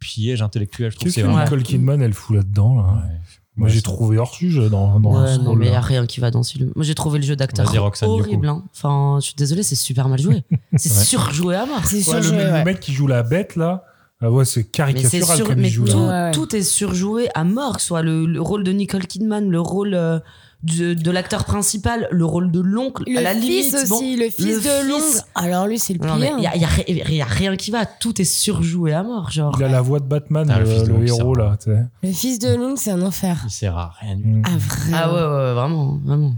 Speaker 1: pièges intellectuels. Je trouve
Speaker 4: Qu'est-ce
Speaker 1: c'est
Speaker 4: que
Speaker 1: vraiment-
Speaker 4: Nicole Kidman, elle fout là-dedans là
Speaker 1: Ouais.
Speaker 4: Moi,
Speaker 1: Ouais,
Speaker 4: j'ai
Speaker 1: c'est-
Speaker 4: trouvé hors sujet dans, dans
Speaker 2: Ouais,
Speaker 4: ce
Speaker 2: non,
Speaker 4: rôle-là.
Speaker 2: mais il n'y a rien qui va dans ce film. Moi, j'ai trouvé le jeu d'acteur
Speaker 1: Vas-y, Roxane, du
Speaker 2: horrible. hein. Enfin, je suis désolée, c'est super mal joué. C'est
Speaker 1: Ouais.
Speaker 2: surjoué à mort.
Speaker 3: C'est
Speaker 4: Ouais, le,
Speaker 3: surjoué,
Speaker 4: le
Speaker 3: ouais.
Speaker 4: mec qui joue la bête là, ah ouais, c'est
Speaker 2: Mais c'est
Speaker 4: caricatural
Speaker 2: sur-
Speaker 4: comme
Speaker 2: mais
Speaker 4: il joue hein.
Speaker 2: tout,
Speaker 4: là.
Speaker 3: Ouais, ouais.
Speaker 2: tout est surjoué à mort, que ce soit le, le rôle de Nicole Kidman, le rôle euh, du- de l'acteur principal, le rôle de l'oncle,
Speaker 3: Le
Speaker 2: à la
Speaker 3: fils
Speaker 2: limite. bon.
Speaker 3: aussi, le fils de
Speaker 2: fils.
Speaker 3: l'ongle. Alors lui, c'est le
Speaker 2: Non, mais
Speaker 3: pire.
Speaker 2: il y a, y a ri- y a rien qui va, tout est surjoué à mort, genre.
Speaker 4: Il a la voix de Batman,
Speaker 1: Ah, le
Speaker 4: le,
Speaker 1: fils de
Speaker 4: le
Speaker 1: Hulk, ça
Speaker 4: héros
Speaker 1: va.
Speaker 4: là. tu sais.
Speaker 3: Le fils de l'ongle, c'est un enfer.
Speaker 1: Il sert à rien. du tout.
Speaker 4: Mm.
Speaker 3: Ah, vraiment.
Speaker 2: Ah ouais, ouais, ouais, vraiment, vraiment.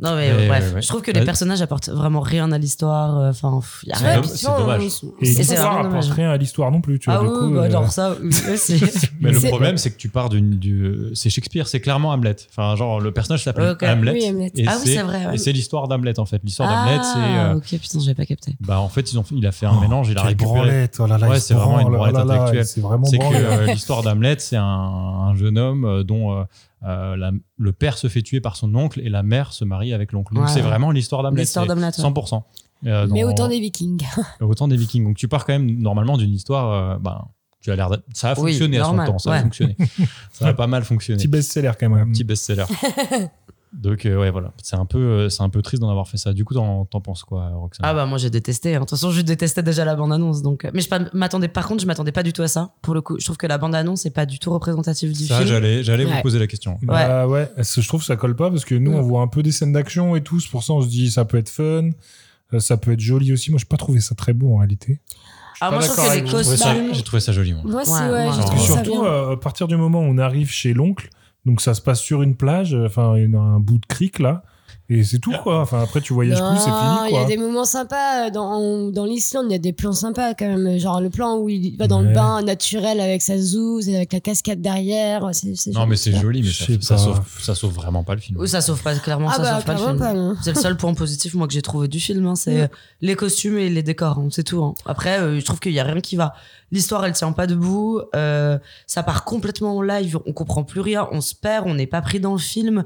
Speaker 2: Non mais,
Speaker 1: Mais,
Speaker 2: euh, bref,
Speaker 1: ouais, ouais.
Speaker 2: je trouve que
Speaker 1: Ouais.
Speaker 2: les personnages apportent vraiment rien à l'histoire. euh, Enfin, pff, y a
Speaker 1: Ouais,
Speaker 3: Tu vois,
Speaker 2: rien.
Speaker 3: puis
Speaker 1: Ah, c'est
Speaker 3: tu vois,
Speaker 1: dommage.
Speaker 3: on-
Speaker 4: Et
Speaker 2: C'est-
Speaker 4: l'histoire
Speaker 2: c'est vraiment
Speaker 4: apporte
Speaker 2: dommage.
Speaker 4: rien à l'histoire non plus, tu vois.
Speaker 2: Ah
Speaker 4: du
Speaker 2: oui,
Speaker 4: coup,
Speaker 2: bah,
Speaker 4: euh,
Speaker 2: alors ça oui, aussi.
Speaker 1: Mais le
Speaker 3: C'est-
Speaker 1: problème, c'est que tu pars d'une. du- C'est Shakespeare, c'est clairement Hamlet. Enfin, genre, le personnage s'appelle
Speaker 2: Ok.
Speaker 1: Hamlet.
Speaker 3: Oui, Hamlet.
Speaker 1: Et
Speaker 2: Ah oui,
Speaker 1: c'est-
Speaker 2: c'est vrai, ouais.
Speaker 1: Et c'est l'histoire d'Hamlet, en fait. L'histoire d'Hamlet, c'est.
Speaker 2: Ah,
Speaker 1: euh,
Speaker 2: ok, putain, j'avais pas capté.
Speaker 1: Bah, en fait, ils ont, fait- il a fait un
Speaker 4: oh,
Speaker 1: mélange, il a
Speaker 4: quelle
Speaker 1: récupéré.
Speaker 4: branlette, oh là là,
Speaker 1: Ouais,
Speaker 4: il se
Speaker 1: c'est vraiment une
Speaker 4: branle, oh
Speaker 1: branlette
Speaker 4: là là,
Speaker 1: intellectuelle.
Speaker 4: C'est vraiment
Speaker 1: C'est que
Speaker 4: branlé.
Speaker 1: euh, l'histoire d'Hamlet, c'est un, un jeune homme euh, dont euh, euh, la- le père se fait tuer par son oncle et la mère se marie avec l'oncle. Donc
Speaker 2: Ouais.
Speaker 1: c'est vraiment l'histoire d'Hamlet.
Speaker 2: L'histoire
Speaker 1: c'est
Speaker 2: d'Hamlet, ouais.
Speaker 1: 100%. Euh,
Speaker 3: Mais
Speaker 1: dans-
Speaker 3: autant des vikings.
Speaker 1: autant des Vikings. Donc tu pars quand même normalement d'une histoire. euh, ben, tu as l'air d'a- ça a
Speaker 2: Oui,
Speaker 1: fonctionné à
Speaker 2: normal,
Speaker 1: son temps. Ça a
Speaker 2: ouais.
Speaker 1: fonctionné. ça a pas mal fonctionné.
Speaker 4: Petit best-seller quand même.
Speaker 1: Petit best-seller. Donc euh, ouais voilà, c'est un peu euh, c'est un peu triste d'en avoir fait ça. Du coup t'en t'en penses quoi, Roxane
Speaker 2: Ah bah moi j'ai détesté. hein. De toute façon je détestais déjà la bande annonce donc. euh, Mais je pas- m'attendais par contre je m'attendais pas du tout à ça. Pour le coup je trouve que la bande annonce est pas du tout représentative du
Speaker 1: Ça
Speaker 2: film.
Speaker 1: j'allais j'allais vous
Speaker 2: bah, Ouais.
Speaker 1: poser la question.
Speaker 4: Bah ouais, ça- je trouve que ça colle pas parce que nous,
Speaker 2: Ouais.
Speaker 4: on voit un peu des scènes d'action et tout. C'est pour ça, on se dit, ça peut être fun, euh, ça peut être joli aussi. Moi, j'ai pas trouvé ça très beau en réalité.
Speaker 2: Alors moi
Speaker 4: pas
Speaker 2: je trouve que les
Speaker 4: d'accord avec vous.
Speaker 1: J'ai trouvé ça-
Speaker 2: costumes.
Speaker 1: J'ai trouvé ça joli. moi.
Speaker 3: Moi, c'est
Speaker 2: Ouais,
Speaker 3: ouais,
Speaker 2: moi,
Speaker 1: non.
Speaker 3: je
Speaker 4: Parce
Speaker 3: trouve
Speaker 4: que
Speaker 3: ça
Speaker 4: surtout,
Speaker 3: bien.
Speaker 4: euh, à partir du moment où on arrive chez l'oncle, donc ça se passe sur une plage, euh, enfin une- un bout de crique là, Et c'est tout, quoi. Enfin, après, tu voyages
Speaker 3: Non,
Speaker 4: plus, c'est fini,
Speaker 3: Il y a
Speaker 4: quoi.
Speaker 3: des moments sympas euh, dans, dans l'Islande, il y a des plans sympas quand même. Genre le plan où il va dans
Speaker 4: Ouais.
Speaker 3: le bain naturel avec sa zouze et avec la cascade derrière. c'est- c'est
Speaker 1: Non, mais c'est joli, mais
Speaker 4: Je
Speaker 1: ça,
Speaker 4: sais
Speaker 1: ça
Speaker 4: pas.
Speaker 1: sauve, ça sauve vraiment pas le film.
Speaker 2: Oui, ça sauve pas, clairement,
Speaker 3: Ah
Speaker 2: ça
Speaker 3: bah,
Speaker 2: sauve pas le
Speaker 3: clairement
Speaker 2: film.
Speaker 3: pas, non.
Speaker 2: C'est le seul point positif, moi, que j'ai trouvé du film. hein, c'est
Speaker 3: Mm.
Speaker 2: euh, les costumes et les décors. hein, c'est tout. hein. Après, euh, je trouve qu'il y a rien qui va. L'histoire, elle tient pas debout. euh, ça part complètement en live. On comprend plus rien. On se perd. On n'est pas pris dans le film.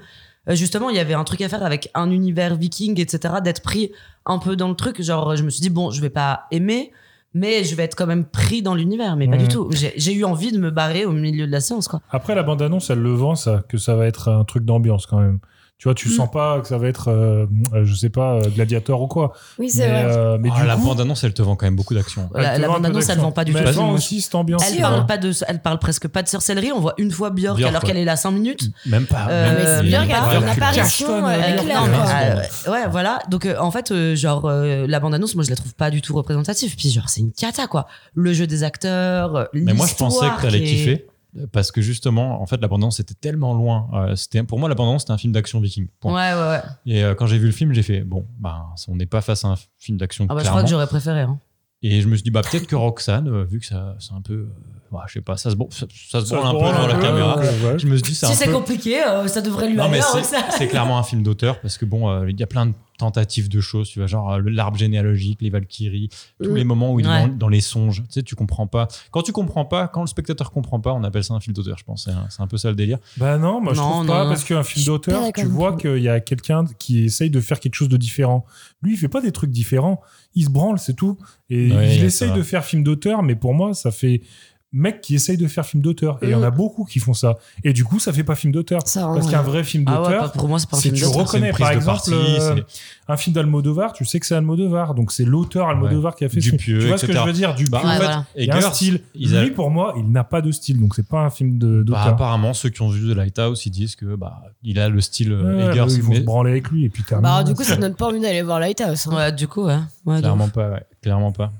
Speaker 2: Euh, justement, il y avait un truc à faire avec un univers viking, etc. D'être pris un peu dans le truc. Genre, je me suis dit, bon, je vais pas aimer. Mais je vais être quand même pris dans l'univers, mais pas
Speaker 4: Ouais.
Speaker 2: du tout. J'ai j'ai eu envie de me barrer au milieu de la séance, quoi.
Speaker 4: Après, la bande-annonce, elle le vend, ça, que ça va être un truc d'ambiance, quand même. Tu vois,
Speaker 2: Mm.
Speaker 4: tu sens pas que ça va être, euh, euh, je sais pas, euh, Gladiator ou quoi.
Speaker 3: Oui, c'est
Speaker 4: Mais,
Speaker 3: vrai.
Speaker 4: euh, mais
Speaker 2: Oh,
Speaker 1: Ah,
Speaker 4: du
Speaker 1: la
Speaker 4: coup,
Speaker 1: bande-annonce, elle te vend quand même beaucoup d'action.
Speaker 2: La-
Speaker 4: te
Speaker 2: la
Speaker 4: vend un peu
Speaker 2: bande-annonce, elle
Speaker 4: d'action. Bah,
Speaker 2: vend pas du
Speaker 4: Mais
Speaker 2: tout.
Speaker 4: Elle vend
Speaker 2: Moi,
Speaker 4: aussi cette ambiance.
Speaker 2: Elle
Speaker 4: quoi.
Speaker 2: parle pas de, elle parle presque pas de sorcellerie. On voit une fois Björk,
Speaker 1: Björk,
Speaker 2: alors
Speaker 1: ouais.
Speaker 2: qu'elle est là 5 minutes.
Speaker 1: Même pas.
Speaker 2: Euh, mais c'est
Speaker 1: il-
Speaker 2: bien
Speaker 3: Björk, elle
Speaker 1: ouais,
Speaker 3: fait une
Speaker 1: tu-
Speaker 3: apparition euh,
Speaker 2: Euh,
Speaker 4: Björk,
Speaker 3: claire.
Speaker 2: non,
Speaker 4: quoi.
Speaker 1: Ah,
Speaker 2: euh, ouais, voilà. Donc euh, en fait, euh, genre euh, la bande annonce, moi je la trouve pas du tout représentative. Puis genre c'est une cata quoi. Le jeu des acteurs. euh,
Speaker 1: Mais moi, je
Speaker 2: l'histoire
Speaker 1: pensais que t'allais
Speaker 2: qui est-
Speaker 1: kiffer. Parce que justement, en fait, l'abondance était tellement loin. Euh, c'était pour moi, l'abondance c'était un film d'action viking.
Speaker 2: Ouais
Speaker 1: Point.
Speaker 2: ouais ouais. Ah, bah,
Speaker 1: Et euh, quand j'ai vu le film, j'ai fait bon, ben, on n'est pas face à un film d'action
Speaker 2: Ah bah, je
Speaker 1: clairement.
Speaker 2: crois que j'aurais préféré. hein.
Speaker 1: Et je me suis dit bah peut-être que Roxane, euh, vu que ça, c'est un peu, euh, ouais, je sais pas, ça se, bro- ça, ça se
Speaker 4: Ça
Speaker 1: branle
Speaker 4: se
Speaker 1: un peu
Speaker 4: branle
Speaker 1: dans la
Speaker 4: un peu,
Speaker 1: caméra.
Speaker 4: donc, euh, ouais.
Speaker 1: Je me suis dit c'est
Speaker 2: Si
Speaker 1: un
Speaker 2: c'est
Speaker 1: peu-
Speaker 2: compliqué, euh, ça devrait lui
Speaker 1: Non, mais
Speaker 2: aller. hein,
Speaker 1: c'est-
Speaker 2: ça.
Speaker 1: c'est clairement un film d'auteur parce que bon, euh, il y a plein de tentatives de choses, tu vois, genre euh, le- l'arbre généalogique, les Valkyries, tous
Speaker 3: Mm.
Speaker 1: les moments où il
Speaker 2: Ouais.
Speaker 1: est dans, dans les songes, tu sais, tu comprends pas. Quand tu comprends pas, quand le spectateur comprend pas, on appelle ça un film d'auteur, je pense. C'est un- C'est un, peu ça le délire.
Speaker 4: Bah non, moi je
Speaker 2: Non,
Speaker 4: trouve
Speaker 2: non,
Speaker 4: pas,
Speaker 2: non.
Speaker 4: parce qu'un
Speaker 3: Je
Speaker 4: film
Speaker 3: suis
Speaker 4: d'auteur,
Speaker 3: pas d'accord
Speaker 4: tu
Speaker 3: non
Speaker 4: vois qu'il y a quelqu'un qui essaye de faire quelque chose de différent. Lui, il fait pas des trucs différents, il se branle, c'est tout. Et
Speaker 1: Ouais,
Speaker 4: il
Speaker 1: c'est
Speaker 4: essaye
Speaker 1: vrai.
Speaker 4: de faire film d'auteur, mais pour moi, ça fait mec qui essaye de faire film d'auteur. Et il y en a beaucoup qui font ça. Et du coup, ça fait pas film d'auteur.
Speaker 3: Ça,
Speaker 4: Parce
Speaker 3: Euh. ouais.
Speaker 4: qu'un vrai film
Speaker 2: Ah ouais, pas-
Speaker 4: d'auteur,
Speaker 2: pour moi c'est pas un
Speaker 4: si
Speaker 2: film
Speaker 4: tu
Speaker 2: d'auteur.
Speaker 1: C'est une
Speaker 4: reconnais,
Speaker 1: prise
Speaker 4: par
Speaker 1: de
Speaker 4: exemple,
Speaker 1: parti,
Speaker 4: euh,
Speaker 1: c'est-
Speaker 4: un film d'Almodovar, tu sais que c'est Almodovar, donc c'est l'auteur Almodovar qui a fait
Speaker 1: Dupieux,
Speaker 4: son... Tu vois ce que
Speaker 1: etc.
Speaker 4: je veux dire Du
Speaker 1: Bah,
Speaker 2: Ouais,
Speaker 1: en fait,
Speaker 2: voilà.
Speaker 4: il y a un
Speaker 1: Eggers,
Speaker 4: style.
Speaker 1: ils a-
Speaker 4: Lui, pour moi, il n'a pas de style, donc c'est pas un film de-
Speaker 1: bah,
Speaker 4: d'auteur.
Speaker 1: apparemment, ceux qui ont vu The Lighthouse, ils disent que bah, il a le style euh,
Speaker 4: Ouais,
Speaker 1: Eggers,
Speaker 4: bah, ils vont
Speaker 1: mais
Speaker 4: se branler avec lui et puis termine.
Speaker 3: Bah, du coup, ça donne pas envie d'aller voir Lighthouse. hein.
Speaker 2: Ouais, du coup ouais. Ouais, de
Speaker 1: clairement
Speaker 2: ouf.
Speaker 1: pas, ouais, clairement pas.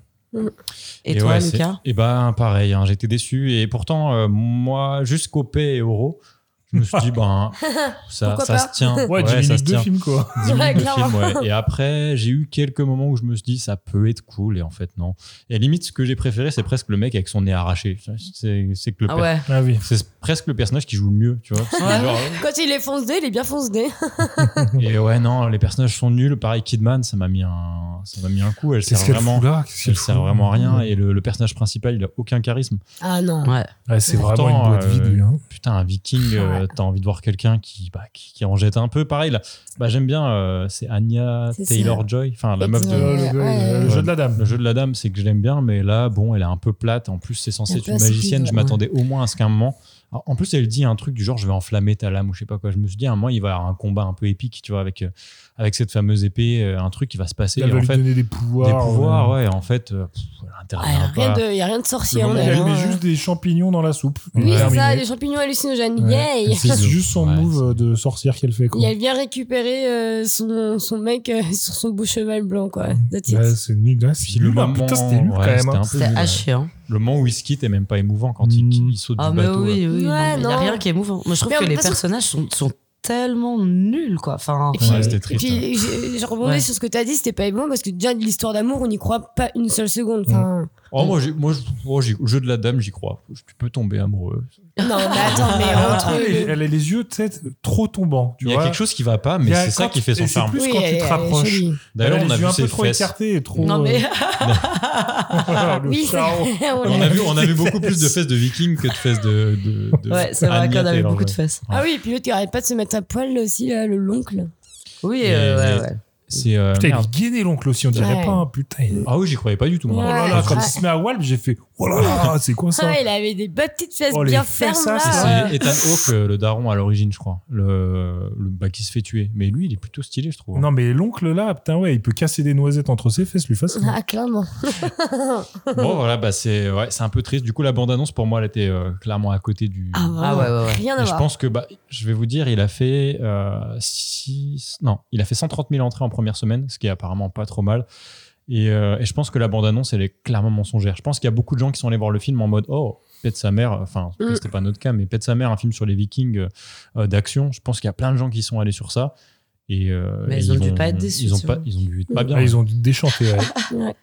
Speaker 2: Et toi
Speaker 1: ouais, c'est-
Speaker 2: Lucas
Speaker 1: Eh ben pareil, hein, j'étais déçu et pourtant euh, moi jusqu'au P et Euro, je me suis dit ben ça,
Speaker 3: Pourquoi
Speaker 1: ça
Speaker 3: pas
Speaker 1: se tient,
Speaker 4: ouais, 10
Speaker 1: ça
Speaker 4: minutes
Speaker 1: se
Speaker 4: de
Speaker 1: tient.
Speaker 4: film quoi.
Speaker 1: 10 minutes
Speaker 3: Ouais,
Speaker 1: de
Speaker 3: clairement.
Speaker 1: film, ouais. Et après, j'ai eu quelques moments où je me suis dit ça peut être cool et en fait non. Et limite ce que j'ai préféré, c'est presque le mec avec son nez arraché. C'est c'est que le
Speaker 2: Ah
Speaker 1: per-
Speaker 2: ouais.
Speaker 4: Ah oui.
Speaker 1: c'est presque le personnage qui joue le mieux, tu vois. Parce que
Speaker 2: Ouais.
Speaker 1: genre, euh,
Speaker 3: Quand il est fonce-dé, il est bien fonce-dé.
Speaker 1: et ouais non, les personnages sont nuls. Pareil Kidman, ça m'a mis un ça m'a mis un coup. Elle sert vraiment
Speaker 4: là
Speaker 1: elle sert vraiment à rien et le, le personnage principal, il a aucun charisme.
Speaker 3: Ah non.
Speaker 2: Ouais.
Speaker 4: Ouais, c'est
Speaker 1: Pourtant,
Speaker 4: vraiment une boîte
Speaker 1: euh,
Speaker 4: vide lui. Hein.
Speaker 1: putain, un viking, euh, t'as envie de voir quelqu'un qui, bah, qui, qui en jette un peu. Pareil, là, bah, j'aime bien, euh, c'est Anya
Speaker 3: C'est ça.
Speaker 1: Taylor-Joy, enfin la meuf de...
Speaker 3: Ouais, ouais, ouais.
Speaker 4: le jeu de la dame.
Speaker 1: Le jeu de la dame, c'est que je l'aime bien, mais là, bon, elle est un peu plate. En plus, c'est
Speaker 3: Un
Speaker 1: censé être
Speaker 3: peu
Speaker 1: une magicienne.
Speaker 3: insipide,
Speaker 1: Je m'attendais au moins à ce qu'à un moment. En en plus, elle dit un truc du genre, je vais enflammer ta lame ou je sais pas quoi. Je me suis dit, à un moment, il va y avoir un combat un peu épique, tu vois, avec, euh, avec cette fameuse épée, euh, un truc qui va se passer.
Speaker 4: Elle
Speaker 1: Et
Speaker 4: va
Speaker 1: en
Speaker 4: lui
Speaker 1: fait,
Speaker 4: donner des
Speaker 1: des
Speaker 4: pouvoirs. euh,
Speaker 1: pouvoirs, ouais. et en fait, euh, pff, elle intervient
Speaker 2: Ouais,
Speaker 3: Rien
Speaker 1: pas.
Speaker 3: de, y a rien de sorcier.
Speaker 4: Le
Speaker 3: hein,
Speaker 4: moment où
Speaker 3: là,
Speaker 4: elle met
Speaker 3: hein.
Speaker 4: juste des champignons dans la soupe.
Speaker 3: Oui, c'est ça,
Speaker 4: Terminé.
Speaker 3: des champignons hallucinogènes.
Speaker 4: Ouais.
Speaker 3: Yay!
Speaker 4: C'est juste son
Speaker 1: Ouais,
Speaker 4: move euh, de sorcière qu'elle fait
Speaker 3: Et
Speaker 4: quoi.
Speaker 3: elle vient récupérer euh, son, son mec euh, sur son beau cheval blanc, quoi. That's it.
Speaker 4: Ouais, c'est nul. ouais, c'est
Speaker 1: Puis le
Speaker 4: nul, hein.
Speaker 1: moment-
Speaker 4: Putain, c'était nul
Speaker 1: ouais,
Speaker 4: quand même.
Speaker 1: c'était
Speaker 4: hein.
Speaker 1: un peu
Speaker 2: C'était
Speaker 1: nul, ouais.
Speaker 2: haché hein.
Speaker 1: Le moment où il se quitte est même pas émouvant quand il,
Speaker 4: Mm.
Speaker 1: il saute
Speaker 2: Ah,
Speaker 1: du
Speaker 2: mais
Speaker 1: bateau. là.
Speaker 2: oui, oui.
Speaker 3: Ouais,
Speaker 2: Il n'y a
Speaker 3: non.
Speaker 2: rien qui est émouvant. Moi, je trouve
Speaker 3: Mais
Speaker 2: que
Speaker 3: en
Speaker 2: les
Speaker 3: toute façon-
Speaker 2: personnages sont, sont tellement nuls, quoi. Enfin,
Speaker 3: Et puis-
Speaker 1: Ouais, c'était
Speaker 3: Et
Speaker 1: triste. hein.
Speaker 3: puis, j'ai- je rebondis
Speaker 2: Ouais.
Speaker 3: sur ce que t'as dit, c'était pas bon parce que déjà, de l'histoire d'amour, on n'y croit pas une seule seconde. Enfin,
Speaker 1: Oh, moi, j'ai- moi, je- moi, j'ai- au jeu de la dame, j'y crois. Tu peux tomber amoureux.
Speaker 3: Non, mais attends, mais entre.
Speaker 4: Ah, Elle est- Elle a les yeux peut-être trop tombants. tu
Speaker 1: il y a
Speaker 4: vois.
Speaker 1: quelque chose qui va pas,
Speaker 4: Il
Speaker 1: mais
Speaker 4: y a
Speaker 1: c'est ça
Speaker 4: quand-
Speaker 1: qui fait
Speaker 4: et
Speaker 1: son
Speaker 4: c'est
Speaker 1: charme.
Speaker 4: plus
Speaker 3: elle-
Speaker 4: quand tu te
Speaker 3: elle est
Speaker 4: rapproches.
Speaker 3: jolie.
Speaker 1: D'ailleurs,
Speaker 4: Elle
Speaker 1: on a
Speaker 4: les
Speaker 1: vu
Speaker 4: yeux un
Speaker 1: ses
Speaker 4: peu trop
Speaker 1: fesses.
Speaker 4: écartés et trop.
Speaker 2: Non, mais.
Speaker 4: euh, le
Speaker 3: Oui,
Speaker 4: charo.
Speaker 2: Ah
Speaker 3: c'est- on
Speaker 1: On
Speaker 3: l'a-
Speaker 1: a, vu, on a vu beaucoup plus de fesses de viking que de fesses de. de, de
Speaker 2: Ouais, c'est vrai
Speaker 1: Anya
Speaker 2: qu'on avait
Speaker 1: Taylor-Joy.
Speaker 2: beaucoup de fesses.
Speaker 3: Ah oui, et puis l'autre, il arrête pas de se mettre à poil, là aussi, là, le l'oncle.
Speaker 2: Oui,
Speaker 1: Et-
Speaker 2: euh, ouais, ouais.
Speaker 1: C'est. euh,
Speaker 4: Putain, il
Speaker 1: merde.
Speaker 4: est gainé l'oncle aussi, on dirait
Speaker 3: Ouais.
Speaker 4: pas. hein, Putain, il-
Speaker 1: Ah oui, j'y croyais pas du tout. moi.
Speaker 4: Oh là
Speaker 3: Ouais.
Speaker 4: là, quand
Speaker 3: Ouais.
Speaker 4: il se met à Walp, j'ai fait Oh là là, c'est quoi ça
Speaker 3: Ah, il avait des bonnes petites fesses
Speaker 4: Oh, les
Speaker 3: bien
Speaker 4: fesses,
Speaker 3: fermes,
Speaker 4: ça,
Speaker 1: Et
Speaker 3: là.
Speaker 1: C'est Ethan Hawke, euh, le daron à l'origine, je crois. Le, le bah, qui se fait tuer. Mais lui, il est plutôt stylé, je trouve.
Speaker 4: Non, mais l'oncle là, putain, ouais, il peut casser des noisettes entre ses fesses, lui, facilement.
Speaker 3: Ah, clairement.
Speaker 1: Bon, voilà, bah, c'est ouais, c'est un peu triste. Du coup, la bande-annonce, pour moi, elle était euh, clairement à côté du.
Speaker 3: Ah, vraiment.
Speaker 2: Ah, ouais, ouais, ouais.
Speaker 3: Rien à
Speaker 1: Et je
Speaker 3: voir.
Speaker 1: pense que, bah, je vais vous dire, il a fait euh, six- non, il a fait 130 000 entrées en première semaine, ce qui est apparemment pas trop mal. Et, euh, et je pense que la bande-annonce, elle est clairement mensongère. Je pense qu'il y a beaucoup de gens qui sont allés voir le film en mode Oh, pète sa mère. Enfin,
Speaker 3: Mm.
Speaker 1: c'était pas notre cas, mais pète sa mère, un film sur les Vikings euh, euh, d'action. Je pense qu'il y a plein de gens qui sont allés sur ça. Et, euh,
Speaker 2: Mais
Speaker 1: et
Speaker 2: ils ont dû
Speaker 1: vont-
Speaker 2: pas être déçus,
Speaker 1: Ils ont,
Speaker 2: c'est
Speaker 1: pas,
Speaker 2: vrai.
Speaker 1: ils ont dû être pas bien.
Speaker 4: Ah, ils ont dû déchanter. ouais.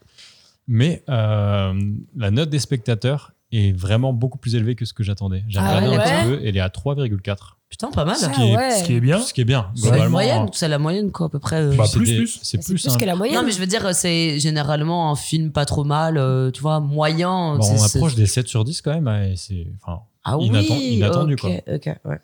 Speaker 1: Mais euh, la note des spectateurs est vraiment beaucoup plus élevée que ce que j'attendais. J'ai
Speaker 5: Ah
Speaker 1: regardé
Speaker 5: ouais,
Speaker 1: un petit
Speaker 5: ouais.
Speaker 1: peu, elle est à 3,4.
Speaker 2: Putain, pas mal. hein.
Speaker 5: Ah
Speaker 1: Ce qui est-
Speaker 5: ouais.
Speaker 4: Ce qui est bien.
Speaker 1: Ce qui est bien.
Speaker 4: C'est
Speaker 2: C'est la
Speaker 1: globalement.
Speaker 2: moyenne, c'est la moyenne quoi à peu près. euh,
Speaker 4: Bah,
Speaker 1: C'est
Speaker 4: plus,
Speaker 1: des-
Speaker 4: plus.
Speaker 1: C'est
Speaker 5: C'est
Speaker 1: plus.
Speaker 5: plus
Speaker 1: hein.
Speaker 5: que la moyenne.
Speaker 2: Non mais je veux dire c'est généralement un film pas trop mal, euh, tu vois, moyen.
Speaker 1: Bon,
Speaker 2: c'est-
Speaker 1: Bah, on
Speaker 2: c'est-
Speaker 1: approche des 7 sur 10 quand même. hein, et c'est- enfin,
Speaker 2: Ah oui,
Speaker 1: inatten- inattendu,
Speaker 2: ok,
Speaker 1: quoi.
Speaker 2: ok, ouais.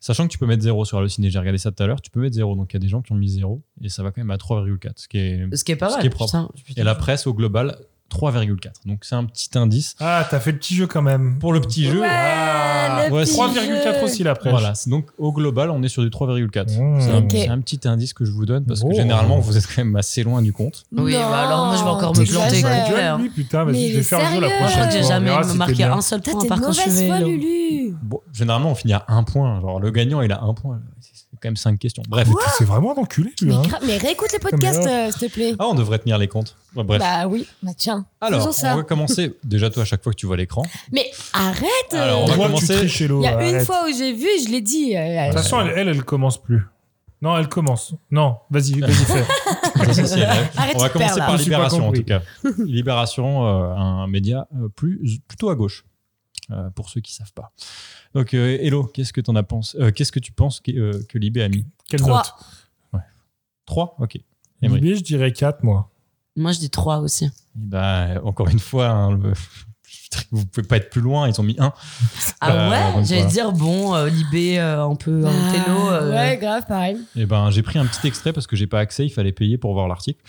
Speaker 1: Sachant que tu peux mettre 0 sur le ciné, j'ai regardé ça tout à l'heure, tu peux mettre 0. Donc il y a des gens qui ont mis 0 et ça va quand même à 3,4. Ce qui est...
Speaker 2: Ce qui est pas
Speaker 1: Ce
Speaker 2: mal.
Speaker 1: qui est propre.
Speaker 2: putain, putain.
Speaker 1: Et la presse au global, 3,4. Donc c'est un petit indice.
Speaker 4: Ah, t'as fait le petit jeu quand même.
Speaker 1: Pour le petit jeu,
Speaker 4: Ah,
Speaker 5: le
Speaker 1: voici-
Speaker 5: petit
Speaker 4: 3,4
Speaker 5: jeu.
Speaker 4: aussi la presse.
Speaker 1: Voilà, c'est donc au global, on est sur du 3,4.
Speaker 4: Mmh.
Speaker 1: C'est un,
Speaker 5: Ok.
Speaker 1: c'est un petit indice que je vous donne parce que
Speaker 4: Oh.
Speaker 1: généralement, vous êtes quand même assez loin du compte.
Speaker 2: Oui,
Speaker 5: Non,
Speaker 2: bah alors moi je vais
Speaker 3: Oh,
Speaker 2: encore me
Speaker 5: t'es
Speaker 2: planter.
Speaker 5: exagères.
Speaker 2: quoi.
Speaker 4: John, lui, putain, vas-y,
Speaker 5: Mais
Speaker 4: je
Speaker 5: il
Speaker 4: vais
Speaker 5: est
Speaker 4: faire le
Speaker 5: sérieux.
Speaker 4: jeu la
Speaker 2: Moi je
Speaker 4: prochaine
Speaker 2: crois que
Speaker 4: fois.
Speaker 2: j'ai
Speaker 4: On
Speaker 2: jamais
Speaker 4: verra si t'es
Speaker 2: marqué
Speaker 4: bien.
Speaker 2: un seul
Speaker 5: T'as
Speaker 2: point
Speaker 5: t'es
Speaker 2: par
Speaker 5: de
Speaker 2: quand je
Speaker 5: mauvaise
Speaker 2: vais. euh,
Speaker 5: foi,
Speaker 2: là.
Speaker 5: Lulu.
Speaker 1: Bon, généralement, on finit à un point. Genre, le gagnant, il a un point. C'est quand même cinq questions. Bref.
Speaker 4: Putain, C'est vraiment un enculé, lui.
Speaker 5: Mais,
Speaker 4: hein.
Speaker 5: grave, mais réécoute les podcasts,
Speaker 4: Mais
Speaker 5: euh, s'il te plaît.
Speaker 1: Ah, on devrait tenir les comptes. Ouais, bref.
Speaker 5: Bah oui, bah tiens.
Speaker 1: Alors,
Speaker 5: faisons ça.
Speaker 1: on va commencer. Déjà, toi, à chaque fois que tu vois l'écran.
Speaker 5: Mais arrête
Speaker 1: Alors, on va
Speaker 4: Toi, tu
Speaker 1: commencer.
Speaker 4: triches, Hello,
Speaker 5: Il y a une
Speaker 4: arrête.
Speaker 5: fois où j'ai vu, je l'ai dit. euh,
Speaker 4: De toute façon, elle, elle, elle commence plus. Non, elle commence. Non, vas-y, vas-y, fais.
Speaker 1: Ça, c'est si elle est.
Speaker 5: Arrête,
Speaker 1: on va
Speaker 5: tu te
Speaker 1: commencer
Speaker 5: perds, là.
Speaker 1: par
Speaker 4: Je suis pas
Speaker 1: Libération, en
Speaker 4: compris.
Speaker 1: tout cas. Libération, euh, un média euh, plus, plutôt à gauche, euh, pour ceux qui savent pas. Donc, euh, Hello, qu'est-ce que t'en as pensé euh, Qu'est-ce que tu penses que, euh, que Libé a mis
Speaker 4: Quelle
Speaker 5: Trois.
Speaker 4: note Eh
Speaker 1: 3 Ok. Emery.
Speaker 4: Libé, je dirais 4, moi.
Speaker 2: Moi je dis 3 aussi.
Speaker 1: Eh ben, encore une fois, hein, le- vous pouvez pas être plus loin. Ils ont mis 1.
Speaker 2: Ah
Speaker 1: Euh,
Speaker 2: ouais,
Speaker 1: donc
Speaker 2: j'allais
Speaker 1: voilà.
Speaker 2: dire bon euh, Libé euh, un peu un télo. euh,
Speaker 3: Bah, Ouais, grave, pareil.
Speaker 1: Eh ben, j'ai pris un petit extrait parce que j'ai pas accès, il fallait payer pour voir l'article.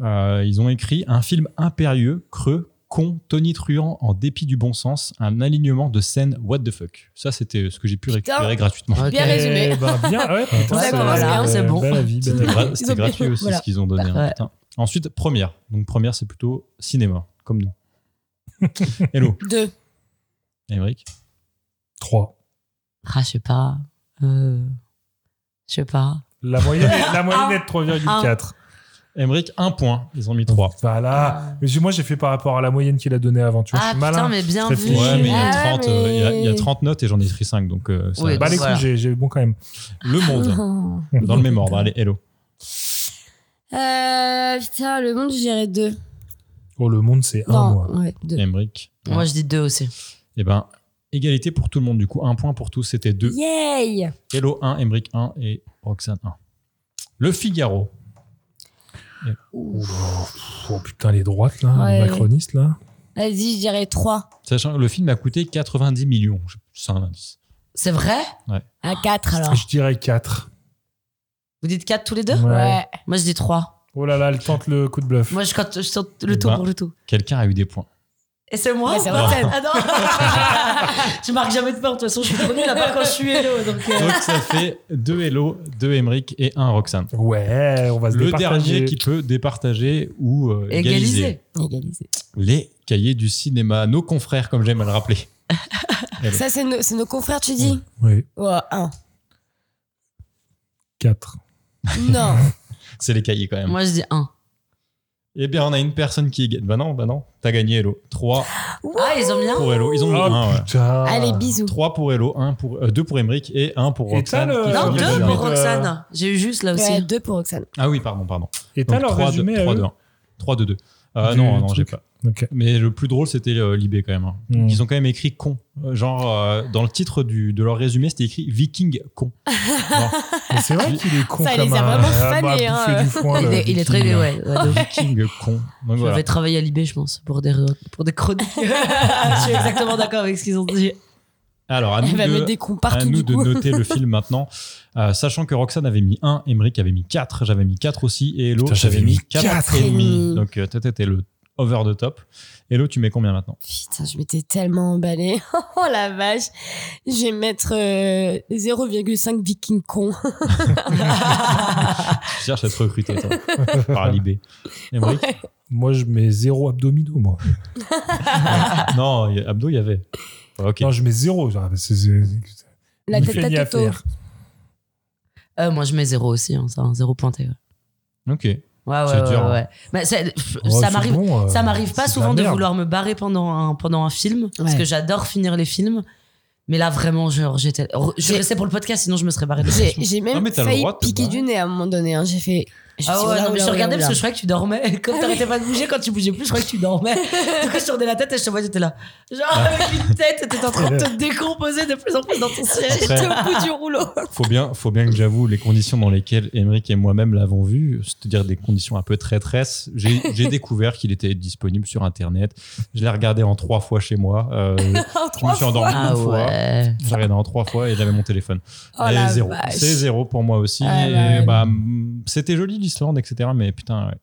Speaker 1: Euh, ils ont écrit un film impérieux, creux, con, tonitruant, en dépit du bon sens, un alignement de scènes what the fuck. Ça, c'était ce que j'ai pu
Speaker 5: Putain.
Speaker 1: récupérer gratuitement.
Speaker 2: ok.
Speaker 5: Bien résumé.
Speaker 4: Eh ben, bien, ouais, putain,
Speaker 2: Ouais,
Speaker 4: c'est-
Speaker 2: voilà, c'est bon.
Speaker 4: Belle avis, belle
Speaker 1: C'était
Speaker 4: avis.
Speaker 1: gra- c'était
Speaker 5: bah, ont bien-
Speaker 1: gratuit aussi
Speaker 5: voilà.
Speaker 1: ce qu'ils ont donné. hein,
Speaker 2: Parfait.
Speaker 1: putain. Ensuite, première. Donc première, c'est plutôt cinéma, comme nous. Hello,
Speaker 5: Deux.
Speaker 1: Émeric.
Speaker 4: 3.
Speaker 2: Ah je sais pas. euh, Je sais pas.
Speaker 4: La moyenne, est- la moyenne est de 3,4.
Speaker 1: Émeric, un point. Ils ont mis trois.
Speaker 4: Voilà. Mais moi, j'ai fait par rapport à la moyenne qu'il a donnée avant. Tu vois, Ah, je
Speaker 2: Ah
Speaker 4: suis
Speaker 2: putain
Speaker 4: malin.
Speaker 2: mais bien
Speaker 4: Très
Speaker 2: vu.
Speaker 4: fort.
Speaker 1: Ouais, mais il y, a
Speaker 5: Ah,
Speaker 1: 30, euh, il y a- il y a
Speaker 5: mais-
Speaker 1: 30 notes et j'en ai pris 5. Donc, euh, ça-
Speaker 2: Ouais,
Speaker 4: Bah, les couilles,
Speaker 2: Voilà.
Speaker 4: j'ai- j'ai bon quand même.
Speaker 1: le monde.
Speaker 5: Oh.
Speaker 1: Dans le même ordre, allez, hello.
Speaker 3: Euh, putain, le monde, je dirais deux.
Speaker 4: Oh, le monde, c'est un
Speaker 5: Non,
Speaker 4: mois.
Speaker 5: ouais, deux.
Speaker 1: Emric.
Speaker 2: Moi je dis 2 aussi.
Speaker 1: Et ben, égalité pour tout le monde, du coup, un point pour tous, c'était deux.
Speaker 5: Yay
Speaker 1: Hello 1, Emric 1 et Roxane 1. Le Figaro.
Speaker 4: Oh putain, les droites, là, les
Speaker 3: Ouais.
Speaker 4: macronistes, là.
Speaker 3: Vas-y, je dirais trois.
Speaker 1: Sachant que le film a coûté 90 millions. Je- C'est un indice.
Speaker 2: C'est vrai
Speaker 5: À quatre,
Speaker 3: Ah.
Speaker 5: alors.
Speaker 4: Je dirais 4.
Speaker 2: Vous dites 4 tous les deux
Speaker 5: Ouais.
Speaker 2: Moi je dis 3.
Speaker 4: Oh là là, elle tente le coup de bluff.
Speaker 2: Moi je quand je saute
Speaker 1: Eh
Speaker 2: le tout
Speaker 1: ben.
Speaker 2: pour le tout.
Speaker 1: Quelqu'un a eu des points.
Speaker 2: Et c'est moi
Speaker 5: Mais c'est Roxane.
Speaker 2: Ah non Je marque jamais de peur, de toute façon je suis connue là-bas quand je suis hello. Donc, euh,
Speaker 1: Donc ça fait 2 hello, 2 Emric et 1 Roxane.
Speaker 4: Ouais, on va se
Speaker 1: Le
Speaker 4: départager.
Speaker 1: dernier qui peut départager ou euh, égaliser.
Speaker 2: Égalisé.
Speaker 5: Égalisé.
Speaker 1: Les cahiers du cinéma, nos confrères, comme j'aime à le rappeler.
Speaker 3: Ça, c'est nos, c'est nos confrères, tu dis
Speaker 4: Oui,
Speaker 3: Ouais, un.
Speaker 4: 4.
Speaker 3: Non.
Speaker 1: C'est les cahiers quand même.
Speaker 2: Moi je dis 1.
Speaker 1: Eh bien, on a une personne qui gagne. Bah non, bah non, t'as gagné Hello. 3
Speaker 2: Ah ils ont mis un
Speaker 1: pour Hello. Ils ont
Speaker 4: Oh
Speaker 1: mis un, ouais.
Speaker 4: putain.
Speaker 3: Allez, bisous.
Speaker 1: 3 pour Hello, 1 pour, 2 pour Emric et 1 pour
Speaker 4: Et
Speaker 1: Roxane.
Speaker 4: t'as le-
Speaker 1: qui
Speaker 2: Non,
Speaker 1: sont
Speaker 4: deux
Speaker 1: gagnés.
Speaker 2: deux pour
Speaker 4: Euh,
Speaker 2: Roxane. J'ai eu juste là aussi.
Speaker 3: Ouais, deux pour Roxane.
Speaker 1: Ah oui, pardon, pardon.
Speaker 4: Et t'as
Speaker 1: Donc
Speaker 4: leur
Speaker 1: 3 2
Speaker 4: résumé à
Speaker 1: 3
Speaker 4: eux
Speaker 1: 2 1. 3 2 2. Euh,
Speaker 4: Du
Speaker 1: non, non,
Speaker 4: truc.
Speaker 1: j'ai pas.
Speaker 4: Ok.
Speaker 1: Mais le plus drôle, c'était euh, l'IB quand même. hein.
Speaker 4: Hmm.
Speaker 1: Ils ont quand même écrit con. Euh, Genre, euh, dans le titre du, de leur résumé, c'était écrit Viking con. Genre,
Speaker 4: Mais c'est vrai qu'il est con
Speaker 3: Ça
Speaker 4: comme
Speaker 3: les a
Speaker 4: un-
Speaker 3: vraiment
Speaker 4: ah, bah,
Speaker 3: fanés, hein.
Speaker 4: bouffé du foin,
Speaker 2: Il
Speaker 4: le
Speaker 2: est, il est très
Speaker 4: viking,
Speaker 2: ouais.
Speaker 4: là.
Speaker 3: Ah, bah
Speaker 2: ouais,
Speaker 1: Oh,
Speaker 2: de ouf.
Speaker 1: Viking con. Donc
Speaker 2: Je
Speaker 1: voilà.
Speaker 2: vais travailler à l'IB, je pense, pour des, re- pour des chroniques. Ah, je suis exactement d'accord avec ce qu'ils ont dit.
Speaker 1: Alors, à nous
Speaker 3: Elle va
Speaker 1: de-
Speaker 3: mettre des cons
Speaker 1: à
Speaker 3: partout,
Speaker 1: nous
Speaker 3: du
Speaker 1: de
Speaker 3: coup.
Speaker 1: noter le film maintenant. Euh, sachant que Roxane avait mis 1, Emmerich avait mis 4, j'avais mis 4 aussi, et Hello,
Speaker 4: Putain,
Speaker 1: j'avais
Speaker 4: j'avais
Speaker 1: mis
Speaker 4: mis
Speaker 1: 4
Speaker 4: quatre
Speaker 1: et
Speaker 3: et
Speaker 1: demi.
Speaker 3: demi.
Speaker 1: Donc, euh, toi, t'étais le over the top. Hello, tu mets combien maintenant
Speaker 3: Putain, je m'étais tellement emballée. Oh la vache. Je vais mettre euh, 0,5 viking con.
Speaker 1: Tu cherches à te recruter, toi, par l'IB. Emmerich
Speaker 4: Moi, je mets zéro abdominaux, moi.
Speaker 1: Non, y- Abdo, il y avait. Ouais, Ok.
Speaker 4: Non, je mets zéro. genre, c'est- c'est-
Speaker 3: La
Speaker 4: ni
Speaker 3: tête
Speaker 4: fait
Speaker 3: à
Speaker 4: ni à
Speaker 3: Toto.
Speaker 4: faire.
Speaker 2: Euh, moi, je mets zéro aussi, hein, ça, un zéro pointé. ouais.
Speaker 1: Ok.
Speaker 2: Ouais, ouais,
Speaker 1: C'est
Speaker 2: ouais.
Speaker 1: dur,
Speaker 2: ouais, ouais. Mais ça- pff,
Speaker 4: hein. Oh,
Speaker 2: ça
Speaker 4: c'est
Speaker 2: m'arrive.
Speaker 4: bon, euh,
Speaker 2: Ça m'arrive pas
Speaker 4: c'est la
Speaker 2: souvent de
Speaker 4: merde.
Speaker 2: vouloir me barrer pendant un, pendant un film, parce
Speaker 3: Ouais.
Speaker 2: que j'adore finir les films. Mais là, vraiment, genre, j'étais. re- Je
Speaker 3: J'ai-
Speaker 2: restais pour le podcast, sinon je me serais barré de
Speaker 3: J'ai
Speaker 2: la
Speaker 3: j'ai même
Speaker 1: Non, mais t'as le
Speaker 3: failli
Speaker 1: droit de te
Speaker 3: piquer
Speaker 1: barrer.
Speaker 3: du nez à un moment donné. hein. J'ai fait. je me suis
Speaker 2: Ah
Speaker 3: dit,
Speaker 2: ouais,
Speaker 3: oula,
Speaker 2: non, mais je
Speaker 3: oula,
Speaker 2: te regardais
Speaker 3: oula,
Speaker 2: parce que je croyais que tu dormais. Quand t'arrêtais pas de bouger, quand tu bougeais plus, je croyais que tu dormais. Du coup, je tournais la tête et je te voyais, t'étais là.
Speaker 4: Ah.
Speaker 2: Genre, avec une tête, t'étais en train de te décomposer de plus en plus dans ton siège.
Speaker 1: Après-
Speaker 2: J'étais au bout du rouleau.
Speaker 3: Oh,
Speaker 1: Faut bien, faut bien que j'avoue les conditions dans lesquelles Emeric et moi-même l'avons vu, c'est-à-dire des conditions un peu traîtresses. J'ai j'ai découvert qu'il était disponible sur Internet. Je l'ai regardé en trois fois chez moi. Euh, je me suis endormi
Speaker 2: Ah
Speaker 1: une fois. J'ai regardé en trois fois et j'avais mon téléphone.
Speaker 5: Ah Oh
Speaker 1: et
Speaker 5: la
Speaker 1: zéro.
Speaker 5: vache.
Speaker 1: C'est zéro pour moi aussi.
Speaker 5: Ah
Speaker 1: Et
Speaker 5: ouais.
Speaker 1: bah, mm, C'était joli l'Islande, etc. Mais putain. ouais.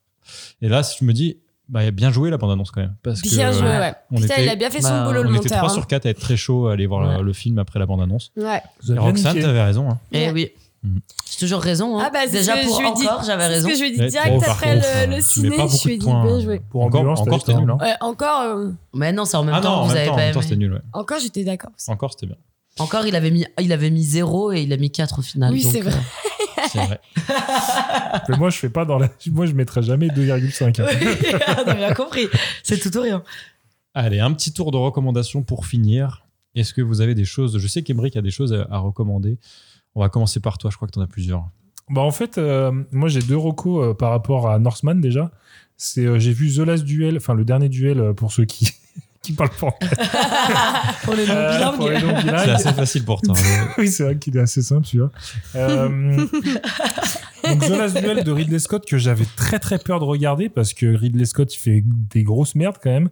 Speaker 1: Et là, si je me dis, bah, bien joué la bande-annonce quand même. Parce
Speaker 3: Bien
Speaker 1: que,
Speaker 3: joué,
Speaker 1: euh,
Speaker 3: ouais.
Speaker 1: on
Speaker 3: Putain,
Speaker 1: était-
Speaker 3: il a bien fait son
Speaker 2: bah,
Speaker 3: boulot, le
Speaker 1: On était
Speaker 3: monteur.
Speaker 1: 3
Speaker 3: hein.
Speaker 1: sur 4 à être très chaud à aller voir le-
Speaker 2: Ouais.
Speaker 1: le film après la bande-annonce.
Speaker 3: Ouais.
Speaker 4: Vous avez bien
Speaker 1: Roxane,
Speaker 4: niqué.
Speaker 1: t'avais raison. hein.
Speaker 2: Eh
Speaker 3: Ouais.
Speaker 2: oui.
Speaker 1: Mhm.
Speaker 2: J'ai toujours raison. Hein.
Speaker 3: Ah bah, c'est ce
Speaker 2: Déjà
Speaker 3: que
Speaker 2: pour
Speaker 3: je lui ai dit.
Speaker 2: encore, j'avais
Speaker 3: C'est ce
Speaker 2: raison.
Speaker 3: que je lui ai dit
Speaker 1: Ouais,
Speaker 3: direct
Speaker 1: trop, Eh, par
Speaker 3: après
Speaker 1: contre, euh,
Speaker 3: le, le
Speaker 1: tu
Speaker 3: ciné.
Speaker 1: mets pas
Speaker 3: Je
Speaker 1: beaucoup
Speaker 3: lui ai
Speaker 1: de
Speaker 3: dit
Speaker 1: points,
Speaker 3: bien
Speaker 1: euh,
Speaker 3: joué.
Speaker 4: Pour
Speaker 1: Encore-
Speaker 4: ambulance,
Speaker 1: encore,
Speaker 4: t'avais-
Speaker 1: c'était
Speaker 4: t'es nul. hein.
Speaker 3: Ouais, encore, euh,
Speaker 2: Mais non, c'est en même
Speaker 1: ah non,
Speaker 2: temps,
Speaker 1: en
Speaker 2: vous
Speaker 1: même
Speaker 2: avez
Speaker 1: temps, en
Speaker 2: pas
Speaker 1: même temps,
Speaker 2: aimé.
Speaker 1: c'était nul. ouais.
Speaker 3: encore j'étais d'accord. aussi.
Speaker 1: Encore, c'était bien.
Speaker 2: Encore, il avait, mis, il avait mis zéro et il a mis 4 au final.
Speaker 3: Oui,
Speaker 2: donc,
Speaker 3: c'est vrai.
Speaker 2: euh,
Speaker 1: C'est vrai.
Speaker 4: Mais moi, je fais pas dans la. Moi, je mettrais jamais 2,5. hein.
Speaker 2: oui, on a bien compris. C'est tout ou rien.
Speaker 1: Allez, un petit tour de recommandations pour finir. Est-ce que vous avez des choses Je sais qu'Emeric a des choses à, à recommander. On va commencer par toi, je crois que t'en as plusieurs.
Speaker 4: Bah, en fait, euh, moi, j'ai deux recos euh, par rapport à Northman déjà. C'est euh, j'ai vu The Last Duel, enfin le dernier duel euh, pour ceux qui qui parlent pas. anglais.
Speaker 2: Pour les
Speaker 4: Euh, pour les
Speaker 2: non-bilingues.
Speaker 4: non-bilingues.
Speaker 1: C'est assez facile pour toi. hein.
Speaker 4: oui, c'est vrai qu'il est assez simple celui-là. Euh, donc The Last Duel de Ridley Scott que j'avais très très peur de regarder parce que Ridley Scott il fait des grosses merdes quand même.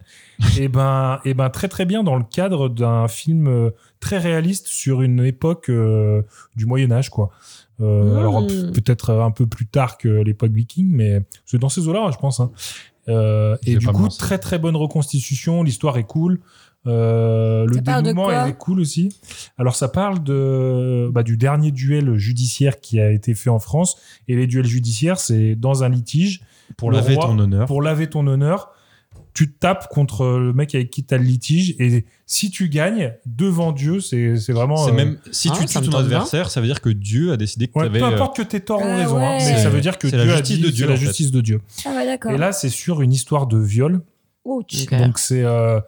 Speaker 4: et ben et ben très très bien dans le cadre d'un film euh, très réaliste sur une époque euh, du Moyen Âge quoi. Euh,
Speaker 3: Mmh.
Speaker 4: Alors p- peut-être un peu plus tard que l'époque viking, mais c'est dans ces eaux-là, je pense. hein. Euh,
Speaker 1: C'est
Speaker 4: et du
Speaker 1: pas
Speaker 4: coup,
Speaker 1: bon, ça.
Speaker 4: très très bonne reconstitution. L'histoire est cool. Euh, le
Speaker 3: Ça parle de
Speaker 4: dénouement
Speaker 3: quoi
Speaker 4: elle est cool aussi. Alors ça parle de bah, du dernier duel judiciaire qui a été fait en France et les duels judiciaires c'est dans un litige
Speaker 1: Pour
Speaker 4: Le
Speaker 1: laver
Speaker 4: roi-
Speaker 1: ton honneur.
Speaker 4: pour laver ton honneur tu te tapes contre le mec avec qui t'as le litige et si tu gagnes devant Dieu c'est c'est vraiment
Speaker 1: C'est
Speaker 4: euh,
Speaker 1: même si
Speaker 2: Ah,
Speaker 1: tu
Speaker 2: ça
Speaker 1: tues
Speaker 2: me
Speaker 1: ton
Speaker 2: tente bien.
Speaker 1: adversaire, ça veut dire que Dieu a décidé que
Speaker 4: ouais,
Speaker 1: t'avais.
Speaker 4: peu
Speaker 1: euh,
Speaker 4: importe que t'aies tort ou
Speaker 3: Ah
Speaker 4: raison
Speaker 3: ouais.
Speaker 4: hein, mais
Speaker 1: C'est-
Speaker 4: ça veut dire que
Speaker 1: c'est
Speaker 4: Dieu
Speaker 1: la
Speaker 4: a
Speaker 1: justice
Speaker 4: dit-
Speaker 1: de Dieu,
Speaker 4: c'est la
Speaker 1: en fait.
Speaker 4: justice de Dieu
Speaker 3: Ah ouais, d'accord.
Speaker 4: et là c'est sur une histoire de viol
Speaker 3: Ouch.
Speaker 2: Ok.
Speaker 4: donc c'est euh,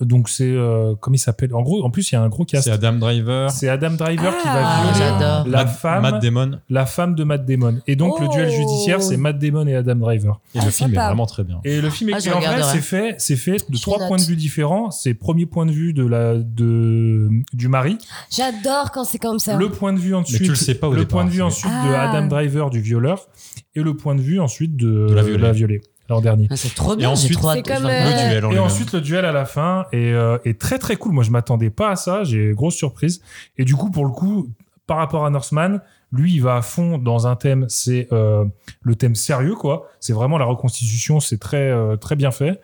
Speaker 4: donc c'est euh, comment il s'appelle en gros en plus il y a un gros
Speaker 1: C'est
Speaker 4: cast
Speaker 1: Adam Driver, euh,
Speaker 4: c'est Adam Driver qui
Speaker 3: Ah,
Speaker 4: va violer
Speaker 2: j'adore.
Speaker 4: la
Speaker 1: Matt-
Speaker 4: femme
Speaker 1: Matt Damon.
Speaker 4: la femme de Matt Damon. Et donc, le duel
Speaker 3: Oh.
Speaker 4: judiciaire, c'est Matt Damon et Adam Driver.
Speaker 1: Et
Speaker 3: Ah,
Speaker 1: le film est
Speaker 3: sympa.
Speaker 1: vraiment très bien.
Speaker 4: Et le film est
Speaker 2: Ah, je
Speaker 4: en vrai,
Speaker 2: regarderai.
Speaker 4: c'est fait, c'est fait de
Speaker 5: Je
Speaker 4: trois
Speaker 5: note.
Speaker 4: points de vue différents. C'est premier point de vue de la, de, du mari,
Speaker 5: J'adore quand c'est
Speaker 3: Ah.
Speaker 5: comme ça.
Speaker 4: le point de vue ensuite,
Speaker 1: Mais tu le sais pas au
Speaker 4: le
Speaker 1: départ, hein,
Speaker 4: point de vue
Speaker 1: c'est-
Speaker 4: ensuite de
Speaker 5: Ah.
Speaker 4: Adam Driver du violeur, et le point de vue ensuite de,
Speaker 1: De la
Speaker 4: la
Speaker 1: violée.
Speaker 4: violée, l'an dernier.
Speaker 2: Ah, c'est trop
Speaker 1: Et
Speaker 2: bien, j'ai
Speaker 1: ensuite-
Speaker 2: trop
Speaker 3: C'est
Speaker 2: hâte.
Speaker 3: comme,
Speaker 2: Je vais
Speaker 3: euh,
Speaker 1: Le
Speaker 2: regarder.
Speaker 1: duel en
Speaker 4: Et
Speaker 1: lui-même.
Speaker 4: ensuite le duel à la fin est, euh, est très très cool. Moi je m'attendais pas à ça, j'ai grosse surprise. Et du coup pour le coup, par rapport à Northman, lui il va à fond dans un thème, c'est euh, le thème sérieux quoi. C'est vraiment la reconstitution, c'est très euh, très bien fait.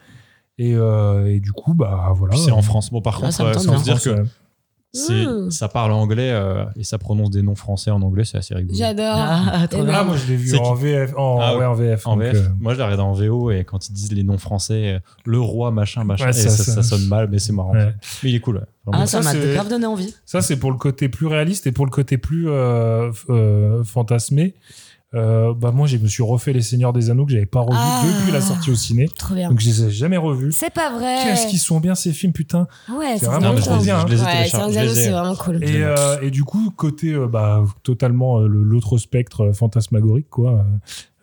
Speaker 4: Et, euh, et du coup bah voilà.
Speaker 1: Puis c'est en France. Bon, par
Speaker 2: Ah,
Speaker 1: contre,
Speaker 2: ça me
Speaker 1: euh,
Speaker 2: tente
Speaker 1: sans
Speaker 2: bien.
Speaker 1: se dire que
Speaker 4: Ouais.
Speaker 1: c'est-
Speaker 3: Mmh.
Speaker 1: ça parle anglais euh, et ça prononce des noms français en anglais, c'est assez rigolo.
Speaker 3: J'adore.
Speaker 2: Ah, trop
Speaker 3: oh. Et
Speaker 2: bien.
Speaker 4: Ah, moi je l'ai vu
Speaker 1: C'est
Speaker 4: en VF, en,
Speaker 1: Ah,
Speaker 4: ouais, en VF.
Speaker 1: En
Speaker 4: donc,
Speaker 1: VF,
Speaker 4: euh,
Speaker 1: moi je la regarde en VO et quand ils disent les noms français, euh, le roi, machin, machin,
Speaker 4: Ouais,
Speaker 1: et ça,
Speaker 4: ça-
Speaker 1: ça,
Speaker 4: ça-
Speaker 1: sonne mal, mais c'est marrant.
Speaker 4: ouais.
Speaker 1: Mais il est cool, ouais, vraiment.
Speaker 2: Ah, ça
Speaker 4: ça,
Speaker 2: m'a
Speaker 4: c'est-
Speaker 2: grave donné envie.
Speaker 4: Ça, c'est pour le côté plus réaliste et pour le côté plus euh, f- euh, fantasmé. Euh, bah moi, je me suis refait Les Seigneurs des Anneaux que j'avais pas revu
Speaker 5: Ah.
Speaker 4: depuis la sortie au ciné.
Speaker 5: Trop bien.
Speaker 4: Donc, je les ai jamais revus.
Speaker 5: C'est pas vrai.
Speaker 4: Qu'est-ce qu'ils sont bien ces films, putain.
Speaker 5: Ouais, ça fait
Speaker 4: C'est vraiment
Speaker 1: Non, mais je
Speaker 4: trop
Speaker 5: longtemps.
Speaker 1: les,
Speaker 4: bien,
Speaker 1: je les ai
Speaker 3: Ouais, c'est
Speaker 1: téléchargés,
Speaker 3: un
Speaker 1: je les
Speaker 3: Zalo,
Speaker 1: ai-
Speaker 3: c'est vraiment cool.
Speaker 4: Et, euh, et du coup, côté euh, bah, totalement euh, le- l'autre spectre euh, fantasmagorique, quoi.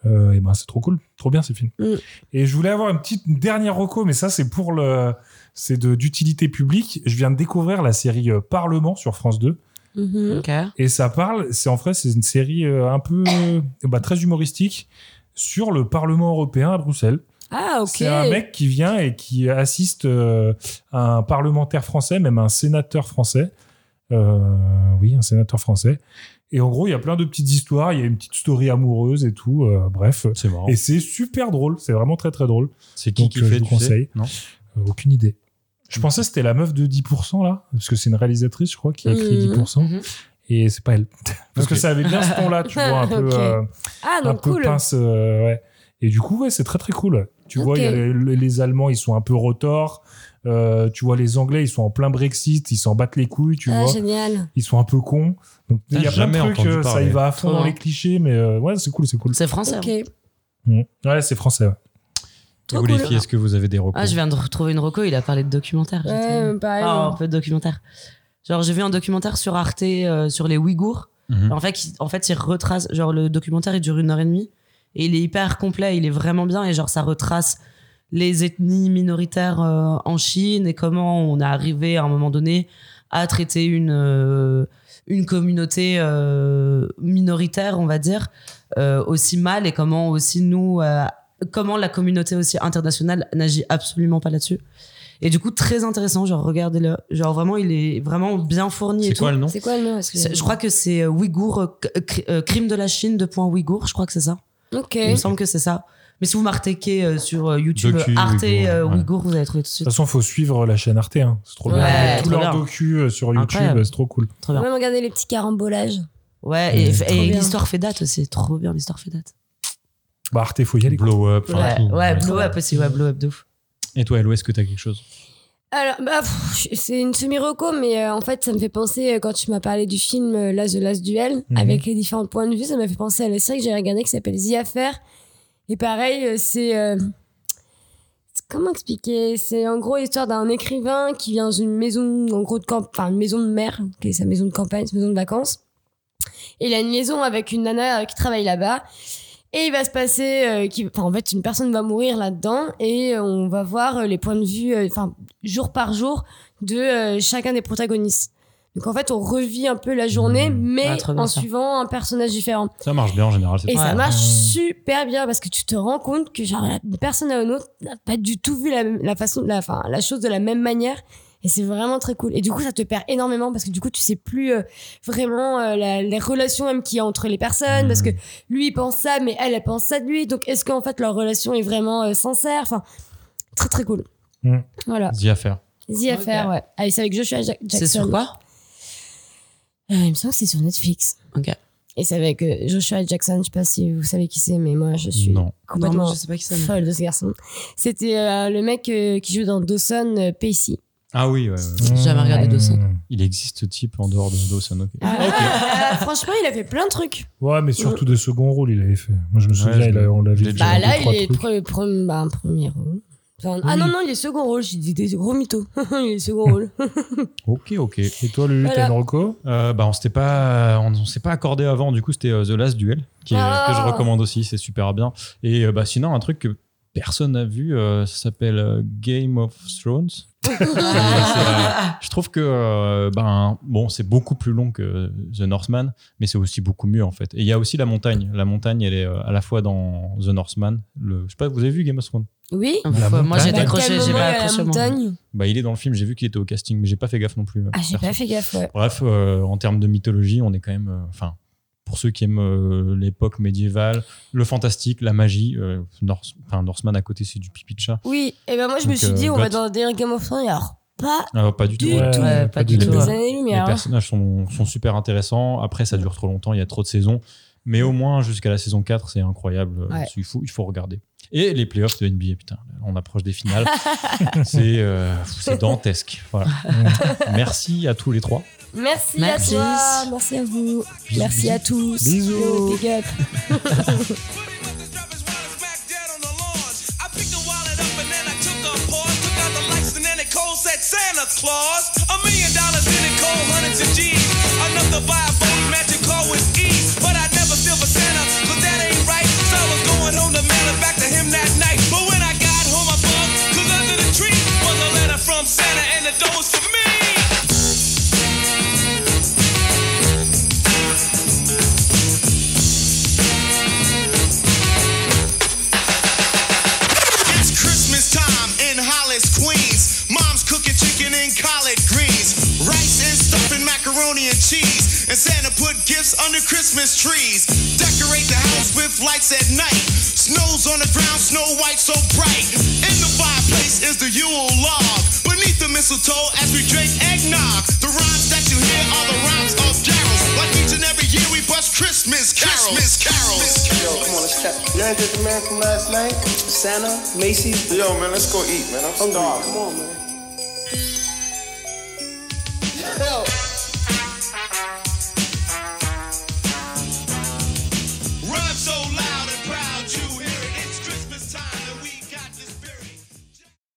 Speaker 4: euh, euh, et ben, c'est trop cool, trop bien ces films.
Speaker 3: Mm.
Speaker 4: Et je voulais avoir une petite une dernière reco, mais ça, c'est pour le, c'est de- d'utilité publique. Je viens de découvrir la série euh, Parlement sur France 2.
Speaker 3: Mhm.
Speaker 2: Ok.
Speaker 4: Et ça parle, c'est en vrai, c'est une série euh, un peu euh, bah, très humoristique sur le Parlement européen à Bruxelles.
Speaker 3: Ah, ok.
Speaker 4: C'est un mec qui vient et qui assiste euh, à un parlementaire français, même un sénateur français. Euh, oui, un sénateur français. Et en gros, il y a plein de petites histoires, il y a une petite story amoureuse et tout, euh, bref.
Speaker 1: C'est marrant.
Speaker 4: Et c'est super drôle, c'est vraiment très très drôle.
Speaker 1: C'est qui
Speaker 4: donc,
Speaker 1: qui
Speaker 4: euh, je
Speaker 1: fait
Speaker 4: vous
Speaker 1: tu sais
Speaker 4: conseille.
Speaker 1: Non
Speaker 4: Euh, aucune idée. Je pensais que c'était la meuf de 10% là, parce que c'est une réalisatrice, je crois, qui a écrit
Speaker 3: Mhm.
Speaker 4: 10%,
Speaker 2: Mhm.
Speaker 4: et c'est pas elle. Parce que
Speaker 1: Mmh. Ok.
Speaker 4: ça avait bien ce ton-là, tu vois, un peu,
Speaker 3: Ok.
Speaker 4: euh,
Speaker 3: Ah,
Speaker 4: un
Speaker 3: non,
Speaker 4: peu
Speaker 3: cool.
Speaker 4: pince. euh, ouais. Et du coup, ouais, c'est très très cool. Tu vois,
Speaker 3: Ok.
Speaker 4: il y a les, les Allemands, ils sont un peu retors. Euh, tu vois, les Anglais, ils sont en plein Brexit, ils s'en battent les couilles, tu
Speaker 5: Ah,
Speaker 4: vois.
Speaker 5: génial.
Speaker 4: Ils sont un peu cons. Donc,
Speaker 1: Ah,
Speaker 4: il y a
Speaker 1: j'ai
Speaker 4: plein de
Speaker 1: jamais
Speaker 4: trucs,
Speaker 1: entendu
Speaker 4: euh, ça
Speaker 1: parler.
Speaker 4: y va à fond
Speaker 2: Trop
Speaker 4: dans
Speaker 2: bien.
Speaker 4: les clichés, mais euh, ouais, c'est cool, c'est cool.
Speaker 2: C'est français.
Speaker 3: Ok.
Speaker 2: hein.
Speaker 4: Mm. Ouais, c'est français. ouais.
Speaker 1: Et vous
Speaker 3: cool.
Speaker 1: les filles, est-ce que vous avez des recours
Speaker 2: Ah, je viens de retrouver une reco, il a parlé de documentaire. j'étais-
Speaker 3: Euh, Ouais, pareil.
Speaker 2: Ah, un peu de documentaire. Genre, j'ai vu un documentaire sur Arte euh, sur les Ouïghours.
Speaker 1: Mhm.
Speaker 2: En fait, il- en fait, il retrace. Genre, le documentaire, il dure une heure et demie. Et il est hyper complet, il est vraiment bien. Et genre, ça retrace les ethnies minoritaires euh, en Chine et comment on est arrivé à un moment donné à traiter une, euh, une communauté euh, minoritaire, on va dire, euh, aussi mal et comment aussi nous, euh, comment la communauté aussi internationale n'agit absolument pas là-dessus. Et du coup, très intéressant, genre regardez-le. Genre vraiment, il est vraiment bien fourni. et
Speaker 1: C'est
Speaker 2: tout.
Speaker 1: quoi le nom
Speaker 5: C'est quoi le nom est-ce que-
Speaker 2: C'est- Je crois que c'est euh, Ouïghour, euh, c- euh, cri- euh, crime de la Chine de point Ouïghour, je crois que c'est ça.
Speaker 3: Ok.
Speaker 2: Il me semble que c'est ça. Mais si vous marquez euh, sur euh, YouTube
Speaker 1: Docu
Speaker 2: Arte
Speaker 1: Ouïghour,
Speaker 2: euh,
Speaker 1: ouais.
Speaker 2: Ouïghour, vous allez trouver tout de
Speaker 4: toute
Speaker 2: suite.
Speaker 4: façon, faut suivre la chaîne Arte. hein. C'est trop
Speaker 3: Ouais,
Speaker 4: bien. Tous
Speaker 2: trop
Speaker 4: leurs
Speaker 2: bien.
Speaker 4: docu euh, sur YouTube,
Speaker 2: Incroyable.
Speaker 4: c'est trop cool.
Speaker 2: Trop bien.
Speaker 5: Même regarder les petits carambolages.
Speaker 2: Ouais, et,
Speaker 4: Ouais,
Speaker 2: et
Speaker 5: trop bien.
Speaker 2: l'histoire fait date aussi. Trop bien, l'histoire fait date.
Speaker 4: Bah, Arte, faut y aller. quoi.
Speaker 1: Blow up. enfin, tout.
Speaker 2: blow up aussi, ouais, blow up de ouf.
Speaker 1: Et toi, Elo, est-ce que t'as quelque chose
Speaker 3: Alors, bah, pff, c'est une semi-reco, mais euh, en fait, ça me fait penser, euh, quand tu m'as parlé du film euh, L'As de Last Duel,
Speaker 4: Mhm.
Speaker 3: avec les différents points de vue, ça m'a fait penser à la série que j'ai regardée qui s'appelle The Affair. Et pareil, euh, c'est. euh, c'est- Comment expliquer C'est en gros l'histoire d'un écrivain qui vient dans une maison, en gros, de camp, enfin, une maison de mer, qui est sa maison de campagne, sa maison de vacances. Et il a une liaison avec une nana euh, qui travaille là-bas. Et il va se passer, euh, qui, enfin, en fait, une personne va mourir là-dedans et euh, on va voir euh, les points de vue, euh, enfin, jour par jour de euh, chacun des protagonistes. Donc en fait, on revit un peu la journée, mais
Speaker 2: Ah, trop bien
Speaker 3: en
Speaker 2: ça.
Speaker 3: suivant un personnage différent.
Speaker 1: Ça marche bien en général. c'est
Speaker 3: Et
Speaker 1: pas-
Speaker 3: ça
Speaker 2: Ouais.
Speaker 3: marche
Speaker 1: Euh,
Speaker 3: super bien parce que tu te rends compte que genre, la- une personne à une autre n'a pas du tout vu la, la façon, la, enfin, la chose de la même manière. Et c'est vraiment très cool. Et du coup, ça te perd énormément parce que du coup, tu sais plus euh, vraiment euh, la- les relations même qu'il y a entre les personnes parce que
Speaker 2: Hmm.
Speaker 3: lui, il pense ça, mais elle, elle pense ça de lui. Donc, est-ce qu'en fait, leur relation est vraiment euh, sincère Enfin, très, très cool.
Speaker 4: Mm.
Speaker 3: Voilà.
Speaker 1: Dis à faire.
Speaker 3: The Affair, ouais. Ah, et c'est avec Joshua Ja- Jackson.
Speaker 2: C'est sur quoi
Speaker 3: Euh, Il me semble que c'est sur Netflix.
Speaker 2: Ok.
Speaker 3: Et c'est avec euh, Joshua Jackson. Je sais pas si vous savez qui c'est, mais moi, je suis
Speaker 1: Non.
Speaker 3: complètement
Speaker 2: sais pas qui
Speaker 3: folle de ce garçon. C'était euh, le mec euh, qui joue dans Dawson, euh, Pacey.
Speaker 1: Ah oui, ouais, ouais.
Speaker 2: J'ai jamais regardé Dawson.
Speaker 1: il existe ce type en dehors de Dawson. ok.
Speaker 3: Ah, franchement, il a fait plein de trucs.
Speaker 4: Ouais, mais surtout des seconds rôles, il avait fait. Moi, je me
Speaker 1: Ouais,
Speaker 4: souviens,
Speaker 1: je-
Speaker 4: il a- on l'avait
Speaker 1: je l'ai
Speaker 4: vu
Speaker 1: déjà
Speaker 3: Bah
Speaker 4: dans
Speaker 3: là,
Speaker 4: deux, trois
Speaker 3: il est
Speaker 4: trucs.
Speaker 3: pre- pre- bah, un premier rôle. Enfin, Ah
Speaker 4: Oui.
Speaker 3: non, non, il est second rôle. J'ai dit des gros mythos. il est second rôle.
Speaker 1: Ok, ok.
Speaker 4: Et toi, Lulu,
Speaker 3: Voilà.
Speaker 4: t'as une reco
Speaker 1: Euh, bah, on s'était pas, on, on s'est pas accordé avant. Du coup, c'était euh, The Last Duel qui est-
Speaker 3: Ah.
Speaker 1: que je recommande aussi. C'est super bien. Et euh, bah, sinon, un truc que personne n'a vu, euh, ça s'appelle euh, Game of Thrones. Et, euh, c'est, euh, je trouve que euh, ben bon, c'est beaucoup plus long que euh, The Northman, mais c'est aussi beaucoup mieux en fait. Et il y a aussi la montagne. La montagne, elle est euh, à la fois dans The Northman. Le, je sais pas, vous avez vu Game of Thrones
Speaker 3: Oui.
Speaker 2: Ouf,
Speaker 4: La
Speaker 2: moi, j'ai
Speaker 3: Bah,
Speaker 4: montagne.
Speaker 2: décroché, j'ai pas
Speaker 3: la
Speaker 2: accroché. moi.
Speaker 3: montagne.
Speaker 1: Bah, il est dans le film. J'ai vu qu'il était au casting, mais j'ai pas fait gaffe non plus. euh,
Speaker 3: Ah, j'ai
Speaker 1: perso.
Speaker 3: pas fait gaffe, ouais.
Speaker 1: Bref, euh, en termes de mythologie, on est quand même. euh, Enfin, pour ceux qui aiment euh, l'époque médiévale, le fantastique, la magie, euh, Norse- enfin, Norseman à côté, c'est du pipi de chat.
Speaker 3: Oui, et ben moi, je me
Speaker 1: Donc,
Speaker 3: suis dit,
Speaker 1: euh,
Speaker 3: on va
Speaker 1: Goth.
Speaker 3: dans des Game of Thrones. et Alors, pas
Speaker 1: Alors, Ah, pas du tout.
Speaker 3: Du
Speaker 1: ouais.
Speaker 3: tout.
Speaker 2: Ouais, pas du tout,
Speaker 1: Les
Speaker 3: des
Speaker 2: ouais.
Speaker 1: Les
Speaker 3: années-lumière. hein.
Speaker 1: personnages sont, sont super intéressants. Après, ça dure trop longtemps, il y a trop de saisons. Mais au moins, jusqu'à la saison 4, c'est incroyable. Euh,
Speaker 3: Ouais.
Speaker 1: Il, faut, il faut regarder. Et les playoffs de NBA, putain, on approche des finales. c'est euh, c'est dantesque. Voilà. Merci à tous les trois.
Speaker 3: Merci,
Speaker 2: Merci.
Speaker 3: à toi, merci à vous, merci à tous.
Speaker 4: Bisous.
Speaker 3: Yo, big up.
Speaker 6: Santa Claus, a million dollars in it, cold hundreds of G's. Enough to buy a phone, magic car with ease. But I never feel for Santa, cause that ain't right. So I was going home to mail it back to him that night. But when I got home, I bugged, cause under the tree was a letter from Santa, and the door was for me. It's Christmas time in Hollis, Queens. Mom's cooking chicken and collard greens, rice and stuffing macaroni and cheese. And Santa put gifts under Christmas trees. Decorate the house with lights at night. Snow's on the ground, snow white so bright. In the fireplace is the Yule log. Beneath the mistletoe as we drink eggnog. The rhymes that you hear are the rhymes of carols. Like each and every year we bust Christmas carols. Christmas carols.
Speaker 7: You ain't just the man from last night? Santa, Macy. Yo, man, let's go eat, man. I'm starving. Come on, man.